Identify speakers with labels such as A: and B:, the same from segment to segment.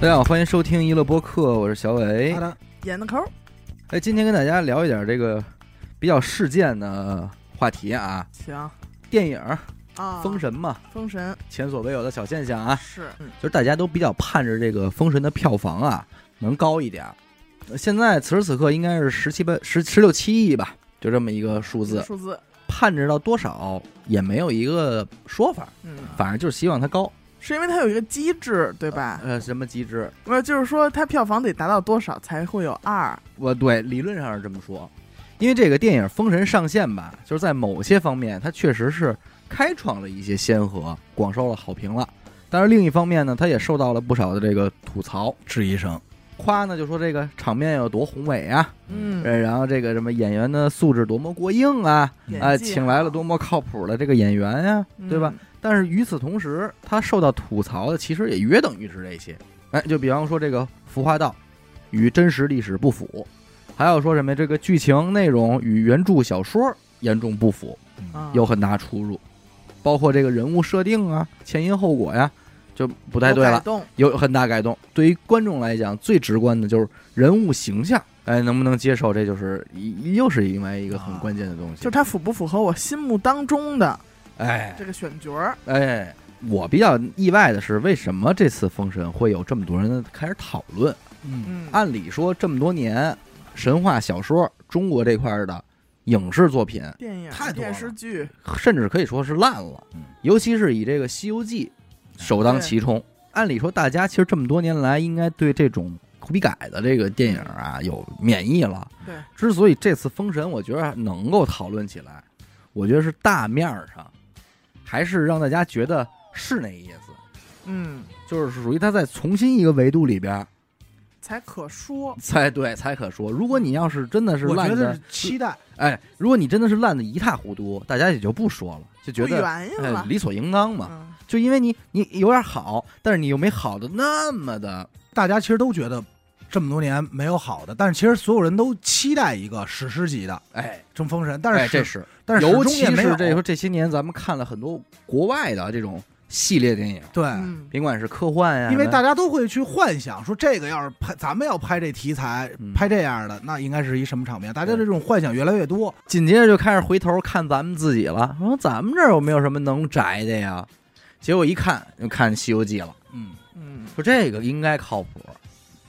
A: 大家好，欢迎收听娱乐播客，我是小伟
B: 好。的，
C: 演的抠儿，
A: 哎，今天跟大家聊一点这个比较事件的话题啊，
C: 行
A: 电影儿
C: 啊，
A: 《封神》嘛，
C: 封神
A: 前所未有的小现象啊，
C: 是，嗯
A: 就是大家都比较盼着这个《封神》的票房啊能高一点儿。呃现在此时此刻应该是十七八十十六七亿吧，就这么一个数字，
C: 数字，
A: 盼着到多少也没有一个说法，
C: 嗯，
A: 反正就是希望它高。
C: 是因为它有一个机制，对吧？
A: 呃，什么机制？
C: 不是，就是说它票房得达到多少才会有二？
A: 我呃对理论上是这么说，因为这个电影《封神》上线吧，就是在某些方面，它确实是开创了一些先河，广受了好评了。但是另一方面呢，它也受到了不少的这个吐槽、
B: 质疑声，
A: 夸呢，就说这个场面有多宏伟啊，
C: 嗯，
A: 呃然后这个什么演员的素质多么过硬啊，
C: 演
A: 啊、
C: 技嗯
A: 请来了多么靠谱的这个演员呀、对吧？？但是与此同时，他受到吐槽的其实也约等于是这些。哎，就比方说这个服化道与真实历史不符，还有说什么这个剧情内容与原著小说严重不符，
C: 嗯
A: 有很大出入，包括这个人物设定啊、前因后果呀，就不太对
C: 有
A: 了
C: 改，动
A: 有很大改动。对于观众来讲，最直观的就是人物形象，哎，能不能接受，这就是一又是另外一个很
B: 啊
A: 关键的东西。
C: 就是它符不符合我心目当中的
A: 哎，
C: 这个选角儿？
A: 哎，我比较意外的是，为什么这次封神会有这么多人开始讨论？
B: 嗯，
C: 嗯，
A: 按理说，这么多年神话小说中国这块儿的影视作品，
C: 电影
B: 太、多了
C: 电视剧，
A: 甚至可以说是烂了
B: 嗯，哎
A: 尤其是以这个《西游记》首当其冲。按理说，大家其实这么多年来，应该对这种苦逼改的这个电影啊有免疫了。
C: 对，
A: 之所以这次封神，我觉得能够讨论起来，我觉得是大面儿上，还是让大家觉得是那意思。
C: 嗯，
A: 就是属于他在重新一个维度里边儿
C: 才可说，
A: 才对才可说。如果你要是真的是
B: 我
A: 烂
B: 觉得
A: 的
B: 是，期待，
A: 哎，如果你真的是烂的一塌糊涂，大家也就不说了，就觉
C: 不
A: 得
C: 原因
A: 哎
C: 了。
A: 理所应当嘛。
C: 嗯，
A: 就因为你你有点好，但是你又没好的那么的，
B: 大家其实都觉得这么多年没有好的，但是其实所有人都期待一个史诗级的
A: 哎
B: 《争封神》，但是、
A: 哎，这是
B: 但是始
A: 尤
B: 终
A: 其
B: 也没有
A: 是这这些年咱们看了很多国外的这种系列电影，
B: 对。
C: 嗯
A: 甭管是科幻呀，
B: 因为
A: 那
B: 大家都会去幻想，说这个要是拍，咱们要拍这题材
A: 嗯，
B: 拍这样的，那应该是一什么场面？大家的这种幻想越来越多。
A: 紧接着就开始回头看咱们自己了，说咱们这儿有没有什么能宅的呀？结果一看就看《西游记》了。
B: 嗯，
C: 嗯，
A: 说这个应该靠谱，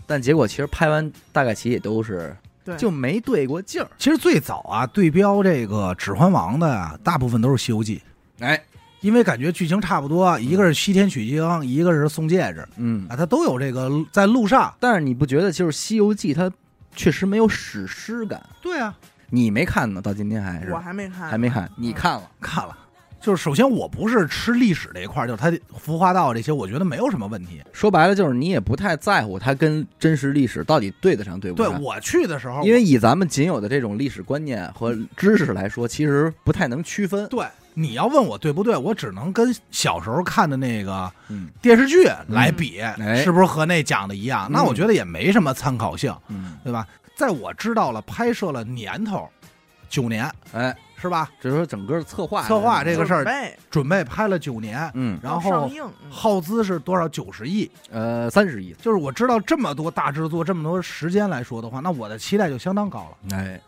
A: 但结果其实拍完大概其也都是
C: 对，
A: 就没对过劲儿。
B: 其实最早啊，对标这个《指环王》的啊，大部分都是《西游记》，
A: 哎，
B: 因为感觉剧情差不多，一个是西天取经，一个是送戒指
A: 嗯，
B: 啊，它都有这个在路上。
A: 但是你不觉得就是《西游记》它确实没有史诗感？
B: 对啊，
A: 你没看呢，到今天还是
C: 我还没看，
A: 还没看，
B: 嗯
A: 你看了？
B: 看了。就是首先，我不是吃历史这一块儿，就是它服化道这些，我觉得没有什么问题。
A: 说白了就是你也不太在乎它跟真实历史到底对得上对不
B: 对
A: 上。
B: 我去的时候，
A: 因为以咱们仅有的这种历史观念和知识来说，其实不太能区分。
B: 对你要问我对不对，我只能跟小时候看的那个
A: 嗯
B: 电视剧来比，
A: 哎
B: 是不是和那讲的一样？那
A: 嗯
B: 我觉得也没什么参考性，
A: 嗯，
B: 对吧？在我知道了拍摄了年头，九年
A: 哎，
B: 是吧？
A: 只是说整个策划
B: 策划这
C: 准
B: 个事儿
C: 备
B: 准备拍了九年，
A: 嗯
B: 然
C: 要上
B: 后
C: 映，嗯
B: 耗资是多少？九十亿。
A: 呃三十亿，
B: 就是我知道这么多大制作，这么多时间来说的话，那我的期待就相当高了。
A: 哎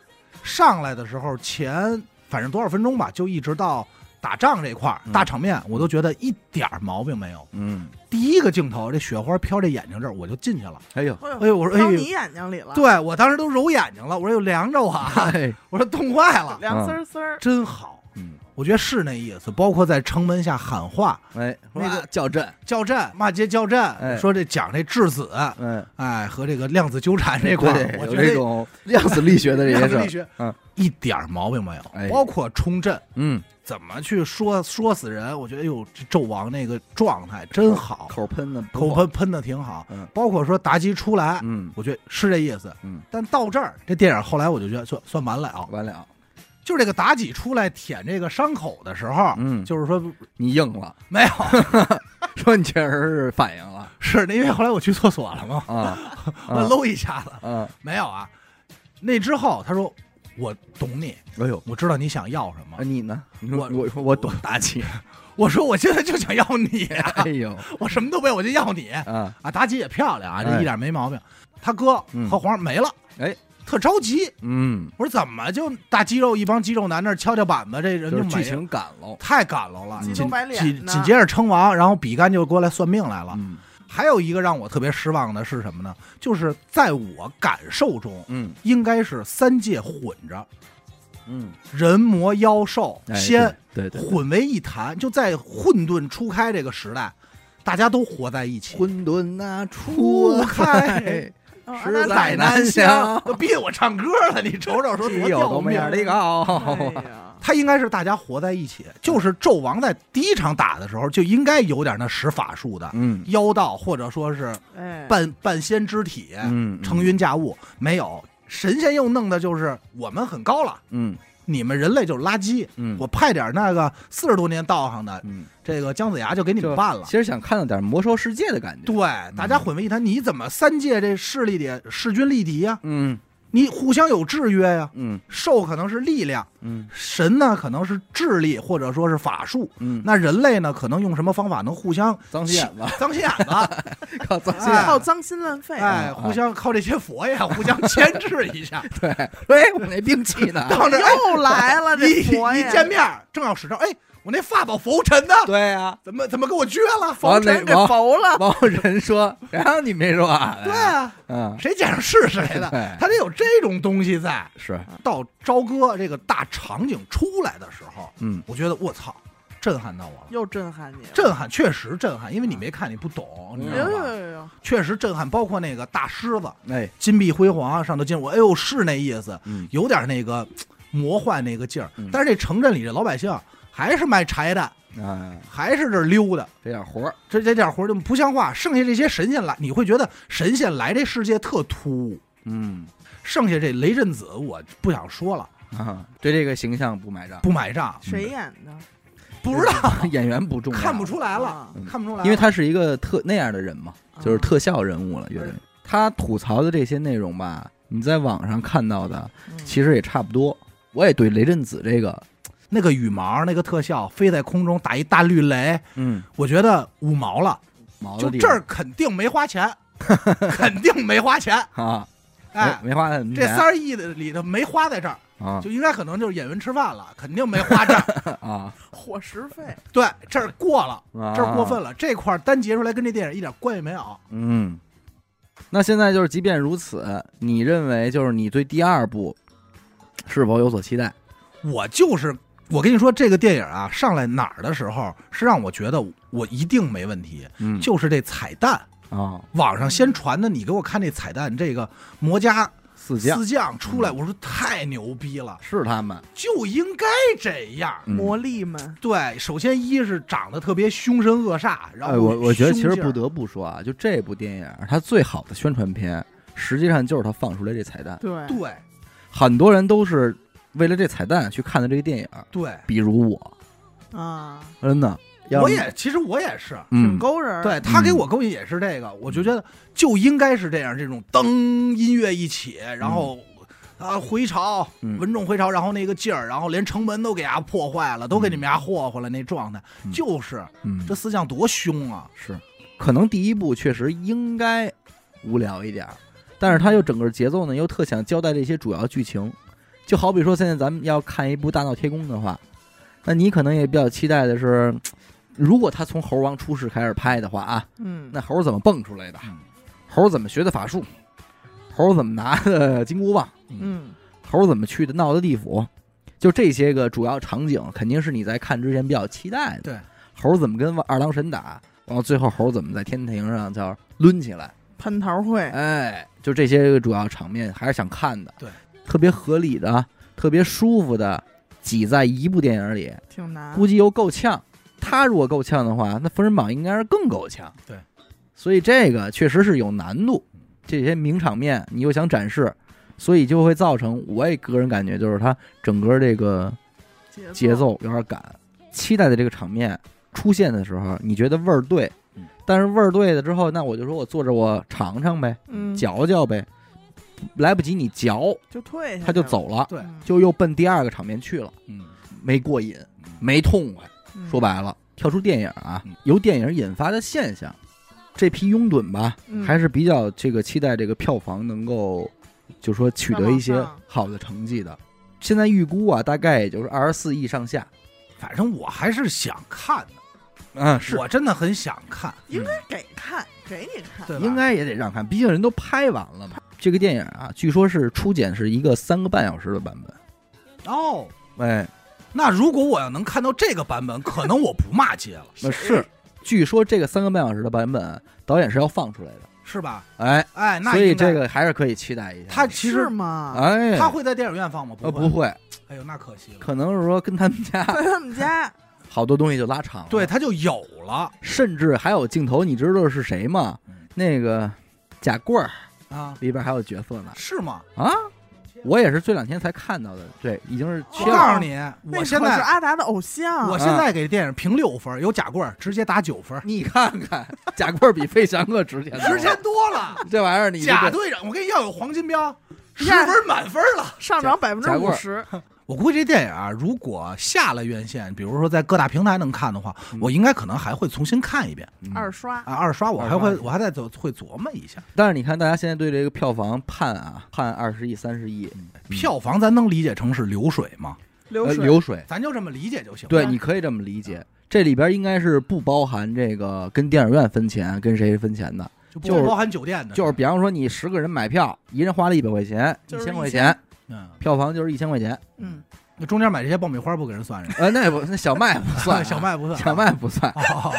B: 上来的时候前反正多少分钟吧，就一直到打仗这块儿、
A: 嗯
B: 大场面，我都觉得一点儿毛病没有。
A: 嗯，
B: 第一个镜头，这雪花飘这眼睛这儿，我就进去了。
A: 哎呦，
C: 哎呦
B: 哎呦，我说
C: 到
B: 哎
C: 你
B: 呦，
C: 眼睛里
A: 啊
C: 了，，
B: 对我当时都揉眼睛了，我说又凉着我 啊，
A: 哎，
B: 我说冻坏了，
C: 凉丝儿丝儿，
B: 真好。
A: 嗯，
B: 我觉得是那意思，包括在城门下喊话、
A: 哎，
B: 那个
A: 哇叫阵，
B: 叫阵、骂街叫阵，
A: 哎
B: 说这讲这质子，
A: 嗯，
B: 哎，和这个量子纠缠这块儿，
A: 对
B: 我
A: 有
B: 觉
A: 这
B: 得
A: 种 量子力学的这些
B: 量
A: 事
B: 子力
A: 儿，
B: 学
A: 嗯
B: 一点儿毛病没有
A: 哎，
B: 包括冲阵。
A: 嗯，
B: 怎么去说说死人？我觉得哟，这纣王那个状态真好，
A: 口喷的
B: 口，喷喷的挺好。
A: 嗯
B: 包括说妲己出来，
A: 嗯，
B: 我觉得是这意思。
A: 嗯，哦
B: 但到这儿，这电影后来我就觉得算算完了，啊
A: 完了，
B: 就是这个妲己出来舔这个伤口的时候，
A: 嗯，
B: 就是说
A: 你硬了，
B: 没有，
A: 说你确实是反应了
B: 是因为后来我去厕所了嘛，
A: 啊，
B: 我
A: 啊
B: 搂一下子，
A: 啊，
B: 没有啊。那之后他说我懂你，
A: 哎呦，
B: 我知道你想要什
A: 啊
B: 么。
A: 你呢？你说
B: 我
A: 我我懂大气，
B: 我说我现在就想要你， 啊
A: 哎 呦
B: 我什么都没有，我就要你
A: 啊，
B: 啊！妲己也漂亮啊，
A: 哎
B: 这一点没毛病。他哥
A: 嗯
B: 和皇上没了，
A: 哎，
B: 特着急。
A: 嗯，
B: 我说怎么就大肌肉一帮肌肉男那儿敲敲板子，这人
A: 就是
B: 没
A: 剧
B: 了
A: 情嗯赶喽，
B: 太赶了了，
A: 急
B: 紧
A: 头
C: 白脸
B: 紧
C: 呢
B: 紧接着称王，然后比干就过来算命来了。
A: 嗯
B: 还有一个让我特别失望的是什么呢？就是在我感受中，
A: 嗯
B: 应该是三界混着，
A: 嗯，
B: 人魔妖兽
A: 哎
B: 仙
A: 对对对，
B: 混为一谈，就在混沌初开这个时代，大家都活在一起。
A: 混沌呐
B: 初
A: 初
B: 开
A: 开，
C: 哦
A: 实在
C: 安娜
A: 难
B: 难
A: 想，
B: 都逼得我唱歌了，你瞅瞅说多
A: 基友
B: 掉
A: 都没
B: 面
A: 眼
B: 儿。
A: 力高，
C: 哎呀
B: 他应该是大家活在一起，就是纣王在第一场打的时候就应该有点那使法术的
A: 嗯
B: 妖道，或者说是
C: 哎，
B: 半半仙之体，
A: 嗯，
B: 乘云驾雾。没有神仙又弄的就是我们很高了，
A: 嗯
B: 你们人类就是垃圾。
A: 嗯，
B: 我派点那个四十多年道行的
A: 嗯，
B: 这个姜子牙就给你们办了
A: 其。实想看到点魔兽世界的感觉，
B: 对，大家混为一谈，你怎么三界这势力里势均力敌呀、
A: 嗯
B: 你互相有制约呀、
A: 嗯
B: 兽可能是力量，
A: 嗯
B: 神呢可能是智力或者说是法术，
A: 嗯，
B: 那人类呢可能用什么方法能互相
A: 脏心眼子，
B: 脏心眼子，
A: 靠脏心
B: 哎
A: 眼子，
C: 靠脏心烂肺，啊
B: 哎，互相靠这些佛呀，互相牵制一下。
A: 对，哎，我那兵器呢？
B: 到那儿哎
C: 又来了
B: 一
C: 这佛
B: 一
C: 爷，
B: 见面儿正要使招，哎，我那法宝拂尘呢？
A: 对啊呀、
B: 怎么怎么给我撅了？
A: 完
B: 拂
A: 了
B: 尘
A: 那
C: 给
A: 王
C: 佛了，
A: 然后人说，然后你没说啊？
B: 对
C: 哎
B: 啊，
A: 嗯，
B: 谁见着是谁的
A: 对，
B: 他得有这种东西在。
A: 哎是，
B: 到朝歌这个大场景出来的时候，
A: 嗯
B: 我觉得我操，震撼到我了。
C: 又震撼你了，
B: 震撼，确实震撼，因为你没看，你不懂，你
A: 嗯
C: 哎
B: 知
C: 呦
B: 道
C: 呦
B: 吧？
C: 呦呦，
B: 确实震撼，包括那个大狮子
A: 哎，
B: 金碧辉煌上头进我，哎呦，是那意思，
A: 嗯
B: 有点那个嘖魔幻那个劲儿
A: 嗯。
B: 但是这城镇里这老百姓还是卖茶叶蛋，
A: 啊，
B: 还是这儿溜达，
A: 这点活儿，
B: 这这点活儿就不像话。剩下这些神仙来，你会觉得神仙来这世界特突兀。
A: 嗯
B: 剩下这雷震子，我不想说了，
A: 啊，对这个形象不买账，
B: 不买账，
C: 谁
A: 嗯
C: 演的？
B: 不知道
A: 演员 不重要，
B: 看不出来了
C: 啊，
B: 看不出来了，
A: 因为他是一个特那样的人嘛，就是
C: 啊
A: 特效人物了，乐队。他吐槽的这些内容吧，你在网上看到的
C: 嗯
A: 其实也差不多。我也对雷震子这个，
B: 那个羽毛那个特效飞在空中打一大绿雷，
A: 嗯，
B: 我觉得五毛了，
A: 毛
B: 就
A: 的地
B: 这
A: 方
B: 儿肯定没花钱， 肯定没花钱，
A: 啊，
B: 哎。
A: 没没花很多
B: 这
A: 钱
B: 三亿的里头没花在这儿，
A: 啊
B: 就应该可能就是演员吃饭了，肯定没花 这儿。
A: 啊，
C: 伙食费，
B: 对，这儿过了，
A: 啊
B: 这儿过分了，这块儿单截出来跟这电影一点关系没有。
A: 嗯，那现在就是，即便如此，你认为就是你对第二部是否有所期待？
B: 我就是我跟你说，这个电影啊，上来哪儿的时候是让我觉得我一定没问题，
A: 嗯
B: 就是这彩蛋。
A: 啊，
B: 网上先传的，你给我看这彩蛋，这个魔家
A: 四将
B: 四将出来，我说太牛逼了，
A: 是他们，
B: 就应该这样。
A: 嗯
C: 魔力们，
B: 对，首先一是长得特别凶神恶煞，然后、
A: 哎，我我觉得其实不，得不说啊，就这部电影它最好的宣传片，实际上就是它放出来这彩蛋。
C: 对，
B: 对
A: 很多人都是为了这彩蛋去看的这个电影，
B: 对，
A: 比如我，
C: 啊，
A: 真的，要
B: 我
A: 不
B: 也其实我也是，
C: 挺
A: 嗯，
C: 勾人儿，
B: 对他给我勾引也是这个，我就觉得就应该是这样，这种噔音乐一起，然后、啊回潮，
A: 嗯
B: 文众回潮，然后那个劲儿，然后连城门都给伢破坏了，都给你们伢霍霍了那状态，
A: 嗯
B: 就是
A: 嗯
B: 这四将多凶啊！
A: 是，可能第一部确实应该无聊一点儿，但是它又整个节奏呢又特想交代这些主要剧情，就好比说现在咱们要看一部《大闹天宫》的话，那你可能也比较期待的是，如果他从猴王出世开始拍的话啊，
C: 嗯，
A: 那猴儿怎么蹦出来的
B: 嗯？
A: 猴儿怎么学的法术？猴儿怎么拿的金箍棒？
C: 嗯，
A: 猴儿怎么去的闹的地府？就这些个主要场景，肯定是你在看之前比较期待的。
B: 对，
A: 猴儿怎么跟二郎神打？然后最后猴儿怎么在天庭上叫抡起来？
C: 蟠桃会，
A: 哎，就这些个主要场面，还是想看的。
B: 对，
A: 特别合理的，特别舒服的，挤在一部电影里，
C: 挺难，
A: 估计又够呛。他如果够呛的话，那《封神榜》应该是更够呛。
B: 对，嗯
A: 所以这个确实是有难度。这些名场面你又想展示，所以就会造成我也个人感觉就是它整个这个节奏有点赶。期待的这个场面出现的时候，你觉得味儿对
B: 嗯，
A: 但是味儿对了之后，那我就说我坐着我尝尝呗，
C: 嗯，
A: 嚼嚼呗。来不及你嚼，
C: 就退下，
A: 他就，走了，
B: 对，
C: 嗯
A: 就又奔第二个场面去了，
B: 嗯，
A: 没过瘾，没痛快。
C: 嗯
A: 说，白了，跳出电影啊
B: 嗯，
A: 由电影引发的现象，这批拥趸吧，
C: 嗯
A: 还是比较这个期待这个票房能够，就说取得一些好的成绩的。现在预估啊，大概也就是二十四亿上下。
B: 反正我还是想看的，
A: 嗯，是
B: 我真的很想看，
C: 应该嗯给看，给你看，
B: 对吧
A: 应该也得让看，毕竟人都拍完了嘛。这个电影啊，据说是初剪是一个三个半小时的版本。
B: 哦。
A: 哎，
B: 那如果我要能看到这个版本，可能我不骂街 了，
A: 那是，据说这个三个半小时的版本，啊导演是要放出来的。
B: 是吧？
A: 哎，
B: 哎，那
A: 所以
B: 应
A: 这
B: 该
A: 个还是可以期待一下。
B: 他其
C: 是
B: 实
C: 吗？
A: 哎呀，
B: 他会在电影院放吗？
A: 呃
B: 不
A: 不会，
B: 会，哎呦，那可惜了。
A: 可能是说跟他们家
C: 在他们家，
A: 好多东西就拉长了。
B: 对，他就有了
A: 甚至还有镜头，你知道是谁吗
B: 嗯？
A: 那个贾贵儿
B: 啊，
A: 里边还有角色呢。
B: 是吗？
A: 啊，我也是这两天才看到的，对，已经是
B: 我
A: 切了。
B: 告诉你，
C: 那
B: 我
C: 可
B: 现
C: 是
B: 在
C: 阿达的偶像，
B: 我现在给电影评六分，有贾棍儿直接打九 分，
A: 你看看， 贾贵儿比费翔可值钱多了，
B: 值钱多 了。
A: 这玩意儿你就
B: 贾
A: 对
B: 队长，我跟你要有黄金标，十
C: 呀
B: 分满分了。
C: 上涨百分之
A: 贾
C: 五
A: 桂
C: 十，
B: 我估计这电影啊，如果下了院线，比如说在各大平台能看的话，我应该可能还会重新看一遍
A: 嗯
C: 二刷，
B: 啊，二刷我还会
A: 二刷
B: 我还在琢会琢磨一下。
A: 但是你看，大家现在对这个票房判啊，判二十亿、三十亿，
B: 票房咱能理解成是流水吗？
C: 流
A: 呃，
C: 水，
A: 流水，
B: 咱就这么理解就行。
A: 对，
C: 嗯
A: 你可以这么理解。这里边应该是不包含这个跟电影院分钱，跟谁分钱的，
B: 就
A: 就
B: 不
A: 是
B: 包含酒店的，
A: 就是比方说你十个人买票，一人花了一百块钱，一
C: 就是
A: 千
C: 1000
A: 块钱，
B: 嗯，
A: 票房就是一千块钱。
C: 嗯，
B: 那中间买这些爆米花不给人算上，
A: 呃，那也不那小麦不 算啊，
B: 小麦不算，
A: 小麦不算，
B: 哦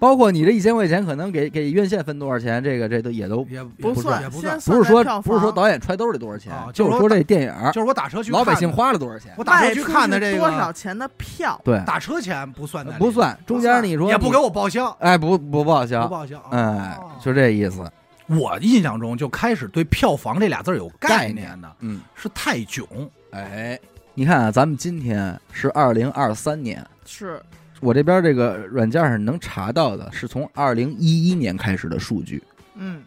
A: 包括你这一千块钱可能给给院线分多少钱，这个这都也都
B: 也
A: 不
B: 也
C: 算，
B: 也不
C: 先
B: 算，
A: 不是说
C: 算在票
A: 不是说
C: 房
A: 导演揣兜里多少钱
B: 啊，
A: 就
B: 就是是
A: 说
B: 说
A: 这电影儿
B: 就是我打车去看
A: 老
B: 的
A: 百姓，花了多少钱
B: 我，打车
C: 卖
B: 去
C: 出
B: 看的
C: 去
B: 这
C: 多少
B: 个，
C: 钱的票？
A: 对，
B: 打车钱不算在里
A: 呃不算，中间
C: 算
A: 你说
B: 也不
A: 你
B: 给我报销，
A: 哎，不不报
B: 不
A: 销，
B: 报销。
A: 哎
B: 哦，
A: 就这意思。
B: 我印象中就开始对票房这俩字儿有概念的
A: 嗯，
B: 是泰囧，
A: 哎，你看啊，咱们今天是二零二三年，
C: 是
A: 我这边这个软件上能查到的是从二零一一年开始的数据，
C: 嗯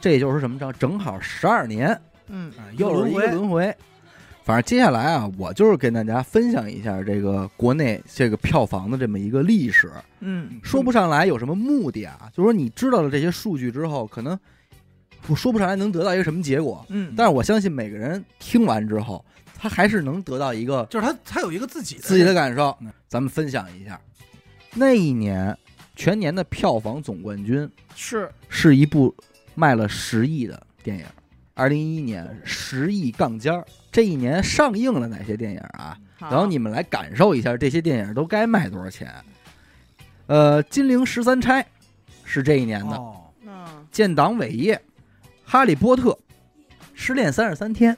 A: 这也就是什么着，正好十二年，
C: 嗯，
B: 哎
A: 又是一
B: 一
A: 个
B: 个轮回。
A: 轮回。反正接下来啊，我就是跟大家分享一下这个国内这个票房的这么一个历史，
C: 嗯，
A: 说不上来有什么目的啊，就说你知道了这些数据之后，可能我说不上来能得到一个什么结果，
C: 嗯，
A: 但是我相信每个人听完之后，他还是能得到一个
B: 就是他，他有一个自己的
A: 自己的感受
B: 嗯。
A: 咱们分享一下，那一年全年的票房总冠军
C: 是
A: 是一部卖了十亿的电影，二零一一年十亿杠尖儿。这一年上映了哪些电影啊？
C: 好，
A: 然后你们来感受一下这些电影都该卖多少钱。呃，《金陵十三钗》是这一年的，
B: 哦，
C: 嗯，
A: 建党伟业》《哈利波特》《失恋三十三天》。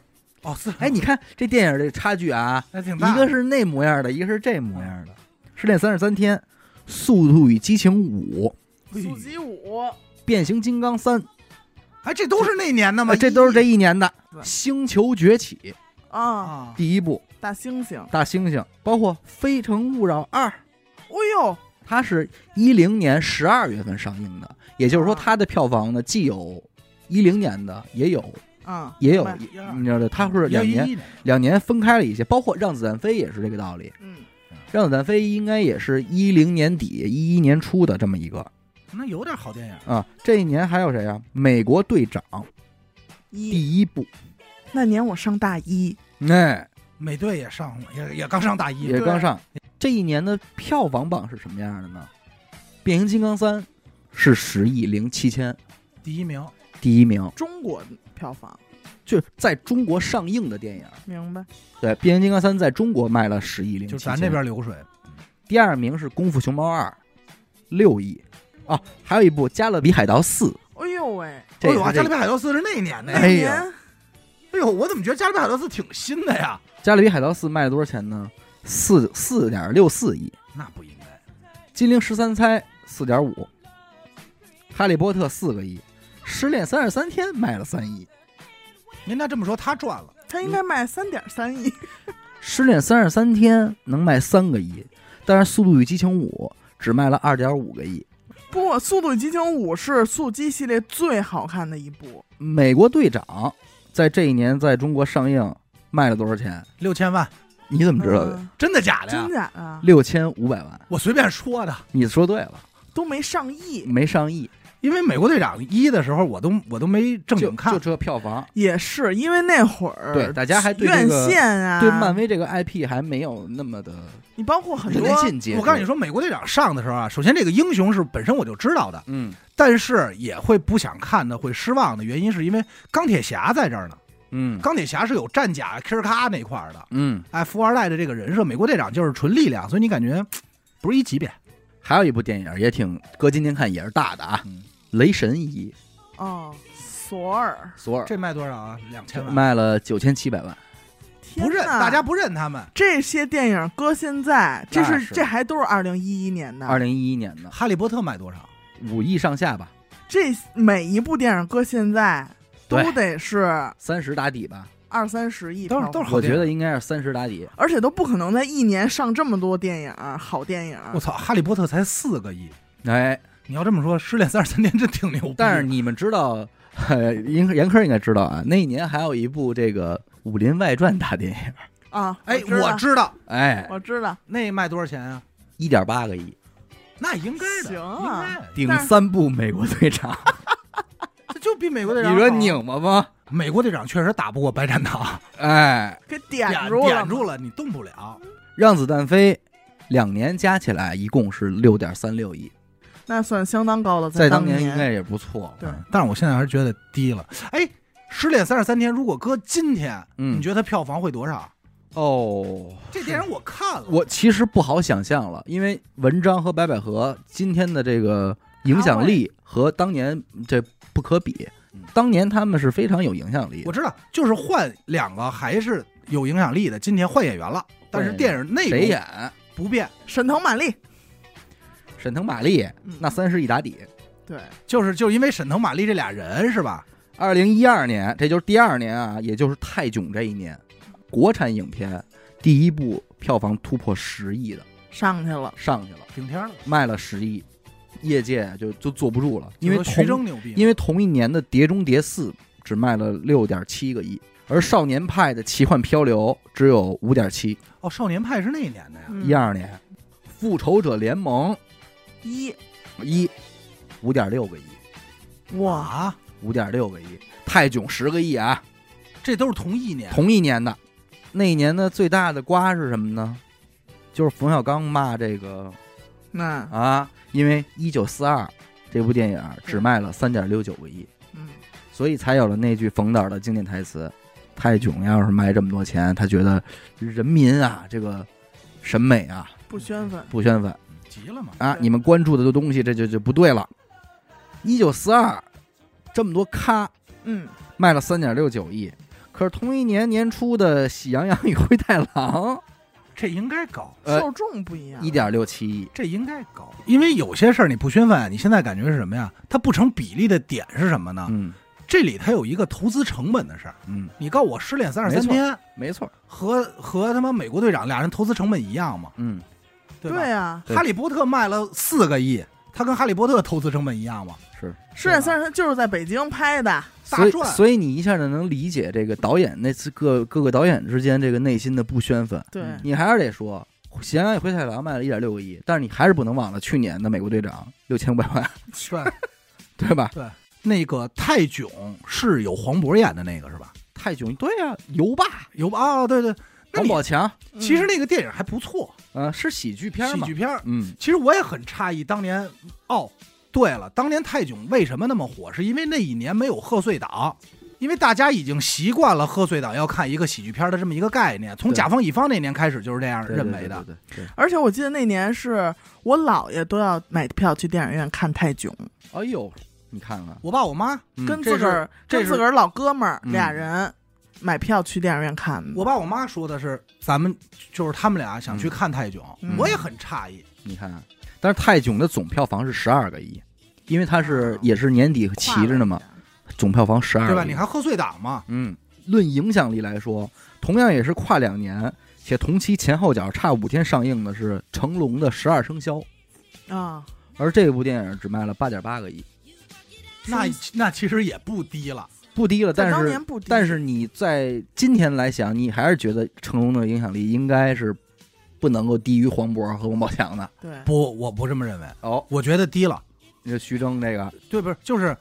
B: 哦，是
A: 哎，你看这电影这差距啊，
B: 还挺大，
A: 一个是那模样的，一个是这模样的。《失恋三十三天》《速度与激情五》《
C: 速激舞，
A: 变形金刚三》
B: 哎，这都是那年的
A: 那
B: 吗？
A: 么这都是这
B: 一
A: 一年的
C: 对
A: 《星球崛起》
C: 啊，
B: 啊，
A: 第一部
C: 大猩猩，
A: 《大猩猩》，包括《非诚勿扰二》，
C: 哎呦，
A: 它是一零年十二月份上映的，也就是说
C: 啊
A: 它的票房呢，既有一零年的，也有
C: 嗯，
A: 也有
C: 明白，
B: 白
A: 你知道的，它是两年
B: 11年
A: 两年分开了一些，包括《让子弹飞》也是这个道理，《
C: 嗯，
A: 让子弹飞》应该也是一零年底一一年初的这么一个。
B: 那有点好电影。
A: 啊，这一年还有谁啊？美国队长
C: 一
A: 第一部，
C: 那年我上大一，
B: 嗯
A: 哎，
B: 美队也上过，也也刚上大一，
A: 也
C: 对
A: 刚上。这一年的票房榜是什么样的呢？变形金刚三是十亿零七千，
B: 第一名。
A: 第一名，
C: 中国票房，
A: 就是在中国上映的电影。
C: 明白？
A: 对，变形金刚三在中国卖了十亿零七
B: 就
A: 千，
B: 咱这。边流水，
A: 第二名是功夫熊猫二，六亿。哦、还有一部《加勒比海盗四》，
C: 哎呦喂，
A: 这
B: 哎呦，
A: 也
B: 啊
A: 是这
B: 加勒
A: 个
B: 比海盗四是那年的
C: 那
B: 呀。
A: 哎呦
C: 年
B: 哎呦，我怎么觉得加勒比海盗四挺新的呀？
A: 《加勒比海盗四》卖了多少钱呢？四四点六四亿。
B: 那不应该。
A: 金陵十三钗四点五，哈利波特四个亿，失恋三十三天卖了三亿，
B: 您那这么说，他赚了，
C: 他应该卖三点三亿，
A: 失恋三十三天能卖三个亿，但是速度与激情五只卖了二点五个亿，
C: 不，《速度与激情五》是《速激》系列最好看的一部，
A: 美国队长在这一年在中国上映卖了多少钱？
B: 六千万，
A: 你怎么知道的？
C: 嗯
B: 真的假
A: 哎
B: 的呀
C: 真？假的啊
A: 六千五百万，
B: 我随便说的，
A: 你说对了，
C: 都没上亿，
A: 没上亿，
B: 因为美国队长一的时候，我都我都没正
A: 就
B: 经看
A: 就，这票房，
C: 也是因为那会儿
A: 对大家还对这
C: 院
A: 个
C: 线啊，
A: 对漫威这个 IP 还没有那么的
C: 你包括很多
A: 人尽皆知。
B: 我告诉你，说，美国队长上的时候啊，首先这个英雄是本身我就知道的，
A: 嗯
B: 但是也会不想看的，会失望的原因是因为钢铁侠在这儿呢。
A: 嗯
B: 钢铁侠是有战甲 Q 咔那块儿的，
A: 嗯，
B: 哎，富二代的这个人设，美国队长就是纯力量，所以你感觉嘖不是一级别。
A: 还有一部电影也挺，搁今天看也是大的啊，
B: 嗯
A: 雷神一》
C: 哦，索尔，
A: 索尔
B: 这卖多少啊？两千万，
A: 卖了九千七百万，
C: 天
B: 不认，
C: 哪
B: 大家不认他们。
C: 这些电影搁现在，这
A: 那
C: 是
A: 是
C: 这还都是二零一一年的，
A: 二零一一年的
B: 哈利波特卖多少？
A: 五亿上下吧，
C: 这每一部电影搁现在
A: 对
C: 都得是
A: 三十打底吧，
C: 二三十亿
B: 都
C: 票
B: 是
C: 房，
B: 都是好
A: 我
B: 电
A: 觉
B: 影。
A: 得应该是三十打底。
C: 而且都不可能在一年上这么多电影，好电影。
B: 我操，哈利波特才四个亿。
A: 哎，
B: 你要这么说，失恋三十三天真挺牛逼的。
A: 但是你们知道， 呃，严严科应该知道啊，那一年还有一部这个《武林外传》大电影，
C: 啊，
B: 哎，
C: 知
B: 我
C: 道，
B: 知道
A: 哎，
C: 我知道，
B: 那卖多少钱啊？
A: 一点八个亿，
B: 那应该的，
C: 行
B: 应
C: 啊
B: 该的
A: 顶
C: 但是
A: 三部美国队长，
B: 这就比美国
A: 你
B: 队长好。
A: 说拧巴吗？
B: 美国队长确实打不过白 展堂，
A: 哎，
C: 给点
B: 住
C: 住了嘛，
B: 了，你动不了。
A: 让子弹飞。两年加起来一共是六点三六亿，
C: 那算相当高了，
A: 在
C: 当
A: 当年应该也不错。
C: 对
A: 嗯
B: 但是我现在还是觉得低了。哎，《失恋三十三天》如果搁今天，
A: 嗯
B: 你觉得它票房会多少？
A: 哦，
B: 这电影我看了，
A: 我其实不好想象了，因为文章和白百合今天的这个影响力和当年这不可比
B: 嗯。
A: 当年他们是非常有影响力的
B: 我，知道，就是换两个还是有影响力的。今天换演员了，但是电影内
A: 谁
B: 容
A: 演？
B: 不变，
C: 沈腾、马丽，
A: 沈腾、马丽，
C: 嗯
A: 那三十亿打底。
C: 对，
B: 就是就是因为沈腾、马丽这俩人是吧？
A: 二零一二年，这就是第二年啊，也就是泰囧这一年，国产影片第一部票房突破十亿的
C: 上去了，
A: 上去了，
B: 顶天了，
A: 卖了十亿，业界就就坐不住了，因为
B: 就说徐
A: 同
B: 峥牛逼，
A: 因
B: 为
A: 为同一年的《碟中谍四》只卖了六点七个亿，而少年派的《奇幻漂流》只有五点七，
B: 哦，少年派是那一年的呀，
C: 嗯
A: 一二年，《复仇者联盟
C: 一
A: 一》五点六个亿，
C: 哇，
B: 啊，
A: 五点六个亿，泰囧十个亿啊，
B: 这都是同一年。
A: 同一年的。那一年的最大的瓜是什么呢？就是冯小刚骂这个
C: 那
A: 啊，因为《一九四二》这部电影只卖了三点六九个亿，
C: 嗯，
A: 所以才有了那句冯导的经典台词：“泰囧要是卖这么多钱，他觉得人民啊这个审美啊
C: 不宣愤，
A: 不宣愤
B: 急了嘛？
A: 啊，
C: 对
A: 你们关注的东西这就就不对了。”《一九四二》这么多咖，
C: 嗯，
A: 卖了三点六九亿，可是同一年年初的《喜羊羊与灰太狼》。
B: 这应该高，
A: 呃
C: 受众不一样，
A: 一点六七亿，
B: 这应该高，因为有些事儿你不宣愤，你现在感觉是什么呀？它不成比例的点是什么呢？
A: 嗯
B: 这里它有一个投资成本的事儿。
A: 嗯，
B: 你告我失恋三十
A: 没
B: 三
A: 错
B: 天
A: 没错，
B: 和和他妈美国队长俩人投资成本一样吗？
A: 嗯，
B: 吧？
C: 对啊，
A: 对
B: 哈利波特卖了四个亿，他跟哈利波特投资成本一样吗？
A: 是，
C: 《失恋三十三》就是在北京拍的，
A: 所以
B: 大赚
A: 所以你一下就能理解这个导演那次各各个导演之间这个内心的不宣愤。
C: 对，
B: 嗯
A: 你还是得说，《喜羊羊与灰太狼》卖了一点六个亿，但是你还是不能忘了去年的美国队长六千五百万， 对
B: 对，
A: 吧？
B: 那个泰囧是有黄渤演的那个是吧？
A: 泰囧对呀、油霸
B: 有哦，对对，那
A: 王
B: 你
A: 宝强，
C: 嗯
B: 其实那个电影还不错，
A: 呃，是喜剧片
B: 喜
A: 嘛？
B: 剧片儿。
A: 嗯，
B: 其实我也很诧异，当年哦，对了，当年泰囧为什么那么火？是因为那一年没有贺岁档，因为大家已经习惯了贺岁档要看一个喜剧片的这么一个概念，从
A: 对
B: 甲方乙方那年开始就是这样
A: 对
B: 认为的。，
A: 对对对对对
C: 而且我记得那年是我姥爷都要买票去电影院看泰囧，
A: 哎呦，你看看，
B: 我爸我妈，
A: 嗯
C: 跟自
B: 这
C: 个
B: 是
C: 儿跟
B: 这是
C: 自个儿老哥们儿
A: 嗯
C: 俩人买票去电影院看的。
B: 我爸我妈说的是咱们就是他们俩想去看泰囧，
C: 嗯
B: 我也很诧异。
A: 你看，但是泰囧的总票房是十二个亿，因为它是也是年底
C: 跨
A: 齐着呢嘛，
C: 了
A: 总票房十二
B: 对吧？
A: 个亿
B: 你看贺岁档嘛，
A: 嗯，论影响力来说，同样也是跨两年，且同期前后脚差五天上映的是成龙的《十二生肖》，
C: 一下啊，
A: 而这部电影只卖了八点八个亿，
B: 那那其实也不低了。
A: 不低了，但
C: 当
A: 是
C: 年不低，
A: 但是你在今天来想，你还是觉得成龙的影响力应该是不能够低于黄渤和王宝强的。
C: 对，
B: 不，我不这么认为，
A: 哦，
B: 我觉得低了。
A: 你说徐峥这个
B: 对，不是就是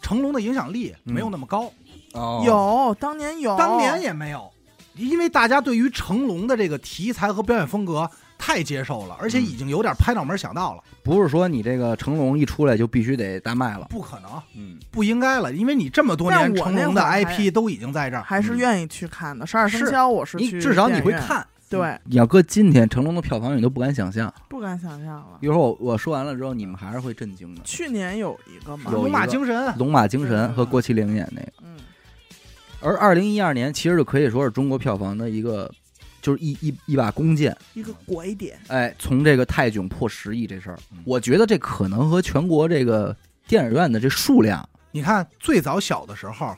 B: 成龙的影响力
A: 嗯
B: 没有那么高，
A: 哦
C: 有当年有，
B: 当年也没有，因为大家对于成龙的这个题材和表演风格太接受了，而且
A: 嗯
B: 已经有点拍脑门想到了，
A: 不是说你这个成龙一出来就必须得大卖了，
B: 不可能，
A: 嗯，
B: 不应该了，因为你这么多年
C: 但我
B: 成
C: 那
B: 龙的
C: 会儿还
B: IP 都已经在这儿，
C: 还是
A: 嗯
C: 愿意去看的。十二生
B: 是
C: 肖我是
B: 你
C: 去，
B: 至少你会，
C: 啊
B: 看，
C: 对，
A: 你要搁今天成龙的票房你都不敢想象。
C: 不敢想象了
A: 一。会儿我我说完了之后，你们还是会震惊的。
C: 去年有一个嘛，
A: 有
B: 龙
A: 一
B: 马
A: 个
B: 精神，
A: 龙马精神和郭麒麟演那个，
C: 嗯，
A: 而二零一二年其实就可以说是中国票房的一个，就是一一一把弓箭。
C: 一个拐点，
A: 哎，从这个泰囧破十亿这事儿，
B: 嗯
A: 我觉得这可能和全国这个电影院的这数量，
B: 你看最早小的时候，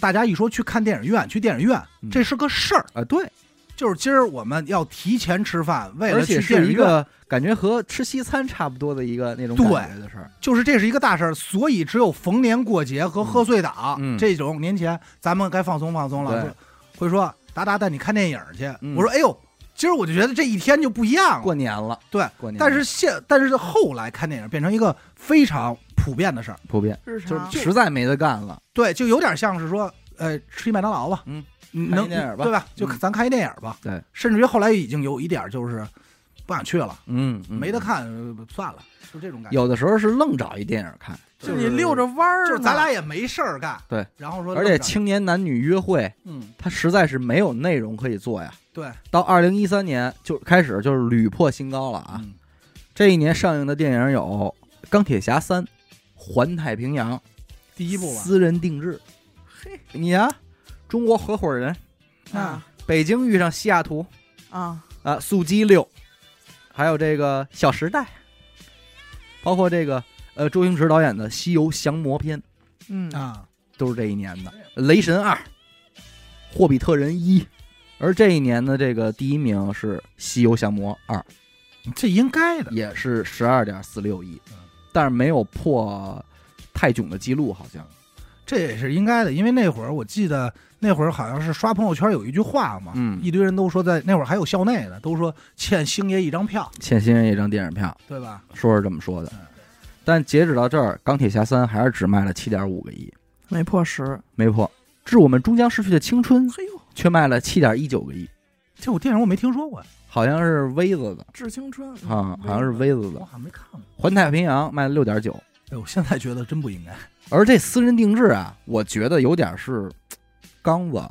B: 大家一说去看电影院，去电影院
A: 嗯
B: 这是个事儿，
A: 啊，对，
B: 就是今儿我们要提前吃饭，为
A: 而
B: 了
A: 且
B: 去
A: 是
B: 电
A: 一
B: 影院。
A: 个感觉和吃西餐差不多的一个那种感觉的事儿。
B: 就是这是一个大事儿，所以只有逢年过节和贺岁档、
A: 嗯嗯
B: 这种年前，咱们该放松放松了，
A: 对
B: 说会说达达带你看电影去。
A: 嗯
B: 我说哎呦，今儿我就觉得这一天就不一样了。
A: 过年了，
B: 对，
A: 过年了，
B: 但是现但是后来看电影变成一个非常普遍的事儿，
A: 普遍
C: 日
A: 就是
C: 常
A: 实在没得干了，
B: 对，就有点像是说，呃，吃一麦当劳吧，
A: 嗯，看
B: 能
A: 一电影吧
B: 对吧？就
A: 嗯
B: 咱看一电影吧。
A: 对，
B: 甚至于后来已经有一点就是不想去了，
A: 嗯，嗯
B: 没得。看，呃算了，就这种感觉。
A: 有的时候是愣找一电影看，
C: 就
B: 就是
C: 你溜着弯儿呢，
B: 就是咱俩也没事儿干，
A: 对，
B: 然后说，
A: 而且青年男女约会，
B: 嗯，
A: 它实在是没有内容可以做呀。
B: 对
A: 到二零一三年就开始就是屡破新高了啊！
B: 嗯
A: 这一年上映的电影有《钢铁侠三》《环太平洋》
B: 第一部吧，
A: 私人定制，
C: 嘿
A: 你呀、中国合伙人，
C: 啊
A: 北京遇上西雅图
C: 啊，
A: 啊，速激六，还有这个《小时代》，包括这个呃周星驰导演的《西游降魔篇》，
C: 嗯
B: 啊，
A: 都是这一年的《雷神二》《霍比特人一》，而这一年的这个第一名是《西游降魔二》，
B: 这应该的。
A: 也是十二点四六亿
B: 嗯，
A: 但是没有破泰囧的记录，好像
B: 这也是应该的，因为那会儿我记得那会儿好像是刷朋友圈有一句话嘛，
A: 嗯
B: 一堆人都说在那会儿还有校内的都说欠星爷一张票，
A: 欠新人一张电影票。
B: 对吧？
A: 说是这么说的
B: 嗯，
A: 但截止到这儿，《钢铁侠三》还是只卖了七点五个亿，
C: 没破十，
A: 没破。致我们终将逝去的青春
C: 嘿呦，
A: 却卖了七点一九个亿，
B: 这我电影我没听说过，
A: 好像是微子的
C: 致青春嗯
A: 啊，好像是微子的。《
B: 我好像没看过。
A: 环太平洋》卖了六点九，
B: 哎，我现在觉得真不应该。
A: 而这私人定制啊，我觉得有点是刚子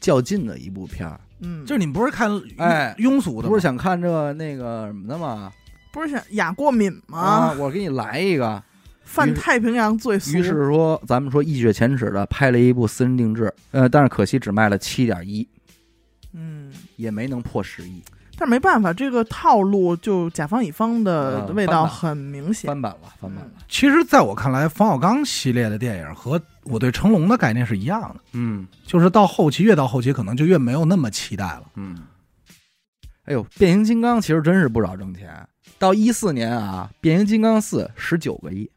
A: 较劲的一部片儿，
C: 嗯，
B: 就是你们不是看
A: 哎
B: 庸俗
A: 我
B: 的吗，
A: 不是想看这那个什么的吗？
C: 不是想雅过敏
A: 啊，
C: 吗？
A: 我给你来一个。于
C: 犯
A: 是
C: 太平洋最俗，
A: 于是说，咱们说一雪前耻的拍了一部私人定制，呃，但是可惜只卖了七点一，
C: 嗯，
A: 也没能破十亿，
C: 但没办法，这个套路就甲方乙方的
A: 嗯
C: 味道
A: 翻版
C: 很明显，
A: 翻版了，翻版了。
B: 其实在我看来，冯小刚系列的电影和我对成龙的概念是一样的，
A: 嗯
B: 就是到后期越到后期可能就越没有那么期待了。
A: 嗯。哎呦，变形金刚其实真是不少挣钱。到一四年啊，变形金刚四十九个亿，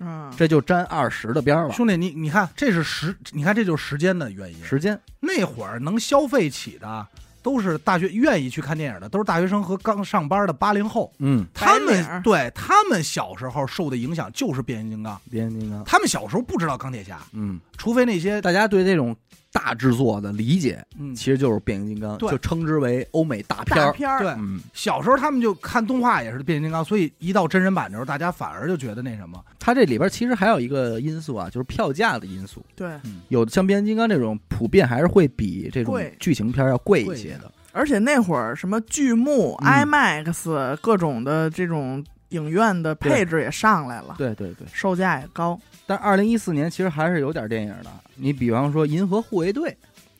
C: 嗯，
A: 这就沾二十的边儿了。
B: 兄弟，你你看，这是时，你看这就是时间的原因。
A: 时间，
B: 那会儿能消费起的都是大学愿意去看电影的，都是大学生和刚上班的八零后。
A: 嗯，
C: 白
B: 他
C: 领儿
B: 们对他们小时候受的影响就是变形金刚，
A: 变形金刚，
B: 他们小时候不知道钢铁侠，
A: 嗯，
B: 除非那些
A: 大家对这种大制作的理解，
B: 嗯，
A: 其实就是变形金刚，
B: 对
A: 就称之为欧美大片
C: 大
A: 儿。
C: 片儿，
B: 对
A: 嗯，
B: 小时候他们就看动画也是变形金刚，所以一到真人版的时候，大家反而就觉得那什么，
A: 它这里边其实还有一个因素啊，就是票价的因素。
C: 对，
A: 有的像变形金刚这种，普遍还是会比这种
C: 贵
A: 剧情片要贵
B: 贵
A: 一
B: 一
A: 些
B: 些
A: 的。
C: 而且那会儿什么剧目、
A: 嗯
C: IMAX 各种的这种影院的配置也上来了，
A: 对对对。
C: 售价也高
A: 但二零一四年其实还是有点电影的，你比方说《银河护卫队》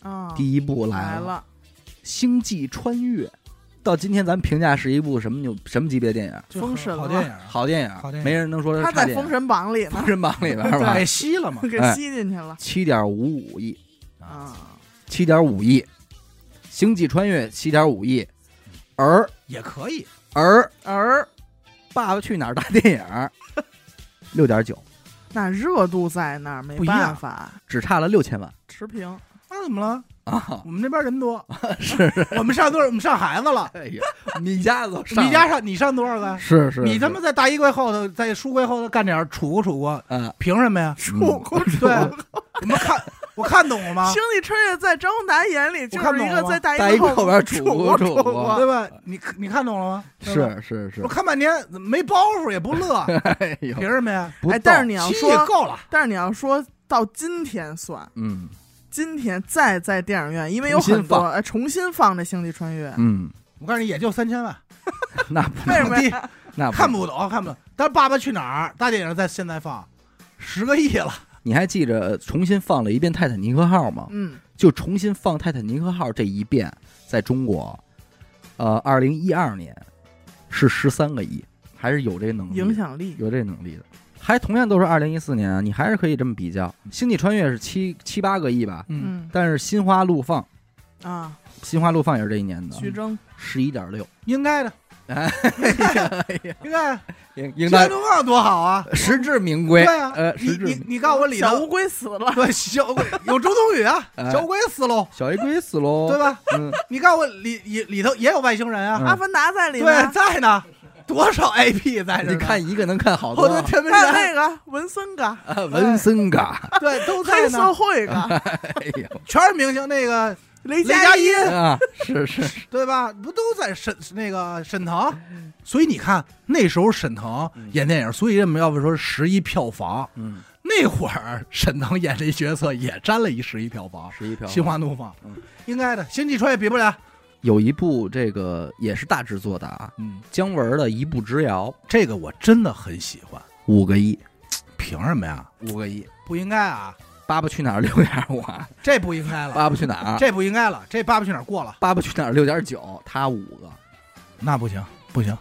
C: 啊，
A: 第一部
C: 来
A: 了，《星际穿越》，到今天咱们评价是一部什么牛什么级别的电影？
B: 就
C: 封神
B: 好
C: 了
B: 电影啊，
A: 好电影，
B: 好电影
A: 没人能说它
C: 他
A: 是差
C: 在
A: 电
C: 封
A: 影。
C: 神榜里呢
A: 封，神榜 里边吧
B: 给，吸了 嘛。
C: 给
A: 哎
C: 吸进去了
A: 七点五五亿，
B: 嗯
C: 啊，
A: 七点五亿，《星际穿越》七点五亿，而
B: 也可以，
A: 而
C: 而
A: 《爸爸去哪儿》大电影， 六点九，
C: 那热度在那儿，没
B: 不一样
C: 办法，
A: 只差了六千万
C: 持平。
B: 那怎么了？
A: 啊！
B: 我们那边 人多，
A: 是，
B: 我们上多少？我们上孩子了。
A: 哎呀，你家都上了
B: 你家上你上多少个？
A: 是是，
B: 你他
A: 是
B: 妈在大衣柜后头，在书柜后头干点儿杵咕杵咕，
A: 啊，
B: 凭什么呀？
C: 楚国
B: 对，我们看我看懂了吗
C: 兄？弟春月在张楠眼里就
B: 啊我
C: 是
B: 看
C: 一
B: 懂
C: 哎个
B: 了吗
C: 在大
A: 大
C: 衣
A: 衣后边
C: 杵
A: 杵
C: 过
A: 杵
C: 过
A: 过
B: 对吧？你你看懂了吗？对吧，
A: 是是是
B: 我，看半天怎么没包袱也不乐，
A: 哎呦，
B: 凭什么呀？
A: 不
C: 哎，但是
A: 逗
C: 你要
B: 七
C: 说
B: 也够了，
C: 但是你要说到今天算，
A: 嗯
C: 今天再在电影院，因为有
A: 重新
C: 很多
A: 放
C: 哎重新放这《星际穿越》
A: 嗯，
B: 我告诉你，也就三千万，
A: 那不
C: 为什么
B: 低
C: 呀？
A: 那
B: 看
A: 不，
B: 不懂，看不懂。但是《爸爸去哪儿》大电影在现在放，十个亿了，
A: 你还记着重新放了一遍《泰坦尼克号》吗？
C: 嗯，
A: 就重新放《泰坦尼克号》这一遍，在中国，呃，二零一二年是十三个亿，还是有这能力的，
C: 影响力
A: 嗯有这能力的。还同样都是二零一四年，你还是可以这么比较，《星际穿越》是七七八个亿吧，
B: 嗯，
C: 嗯
A: 但是《心花怒放》
C: 啊，
A: 《心花怒放》也是这一年的，
C: 徐峥
A: 十一点六，
B: 应 该的，
A: 哎
B: 应该的。
A: 应应
B: 现
A: 该
B: 在放多好啊！
A: 实至名归。
B: 对啊
A: 呃，
B: 你
A: 实至
B: 你
A: 名
B: 你告诉我里
C: 小
B: 头
C: 乌龟死了，
A: 嗯
B: 对小鬼有周冬雨啊，
A: 哎
B: 小鬼死喽，
A: 小 A 龟死喽，
B: 对吧？
A: 嗯，
B: 你告诉我里里里头也有外星人啊，
A: 嗯
C: 阿凡达在里
B: 对，
C: 面。
B: 在呢，多少 IP 在这？
A: 你，看一个能看好
B: 我
A: 多
B: 的
A: 啊。
B: 天
C: 还有
B: 哪！
C: 那个文森嘎，
A: 啊文森嘎，
B: 对，都 在
C: 黑
B: 呢
C: 社，会 嘎，
A: 哎呦
B: 全是明星。那个
C: 雷
B: 雷佳
C: 音
B: 音，
A: 啊，是是，是
B: 对吧？不都在沈那个沈腾？所以你看那时候沈腾演电影，所以人们要不说十一票房，
A: 嗯，
B: 那会儿沈腾演这角色也沾了一十一票房，
A: 十一票
B: 《心花怒放》
A: 啊嗯
B: 应该的，《星际穿越》比不了。
A: 有一部这个也是大制作的啊，
B: 嗯，
A: 姜文的《一步之遥》，
B: 这个我真的很喜欢，
A: 五个亿，
B: 凭什么呀？
A: 五个亿，《
B: 不应该啊，
A: 爸爸去哪儿》六点五啊，
B: 这不应该
A: 《
B: 了，
A: 爸爸去哪儿》《
B: 这不应该了，这《爸爸去哪儿》过了，
A: 爸爸去哪儿》六点九，他五个，
B: 那不行，不行，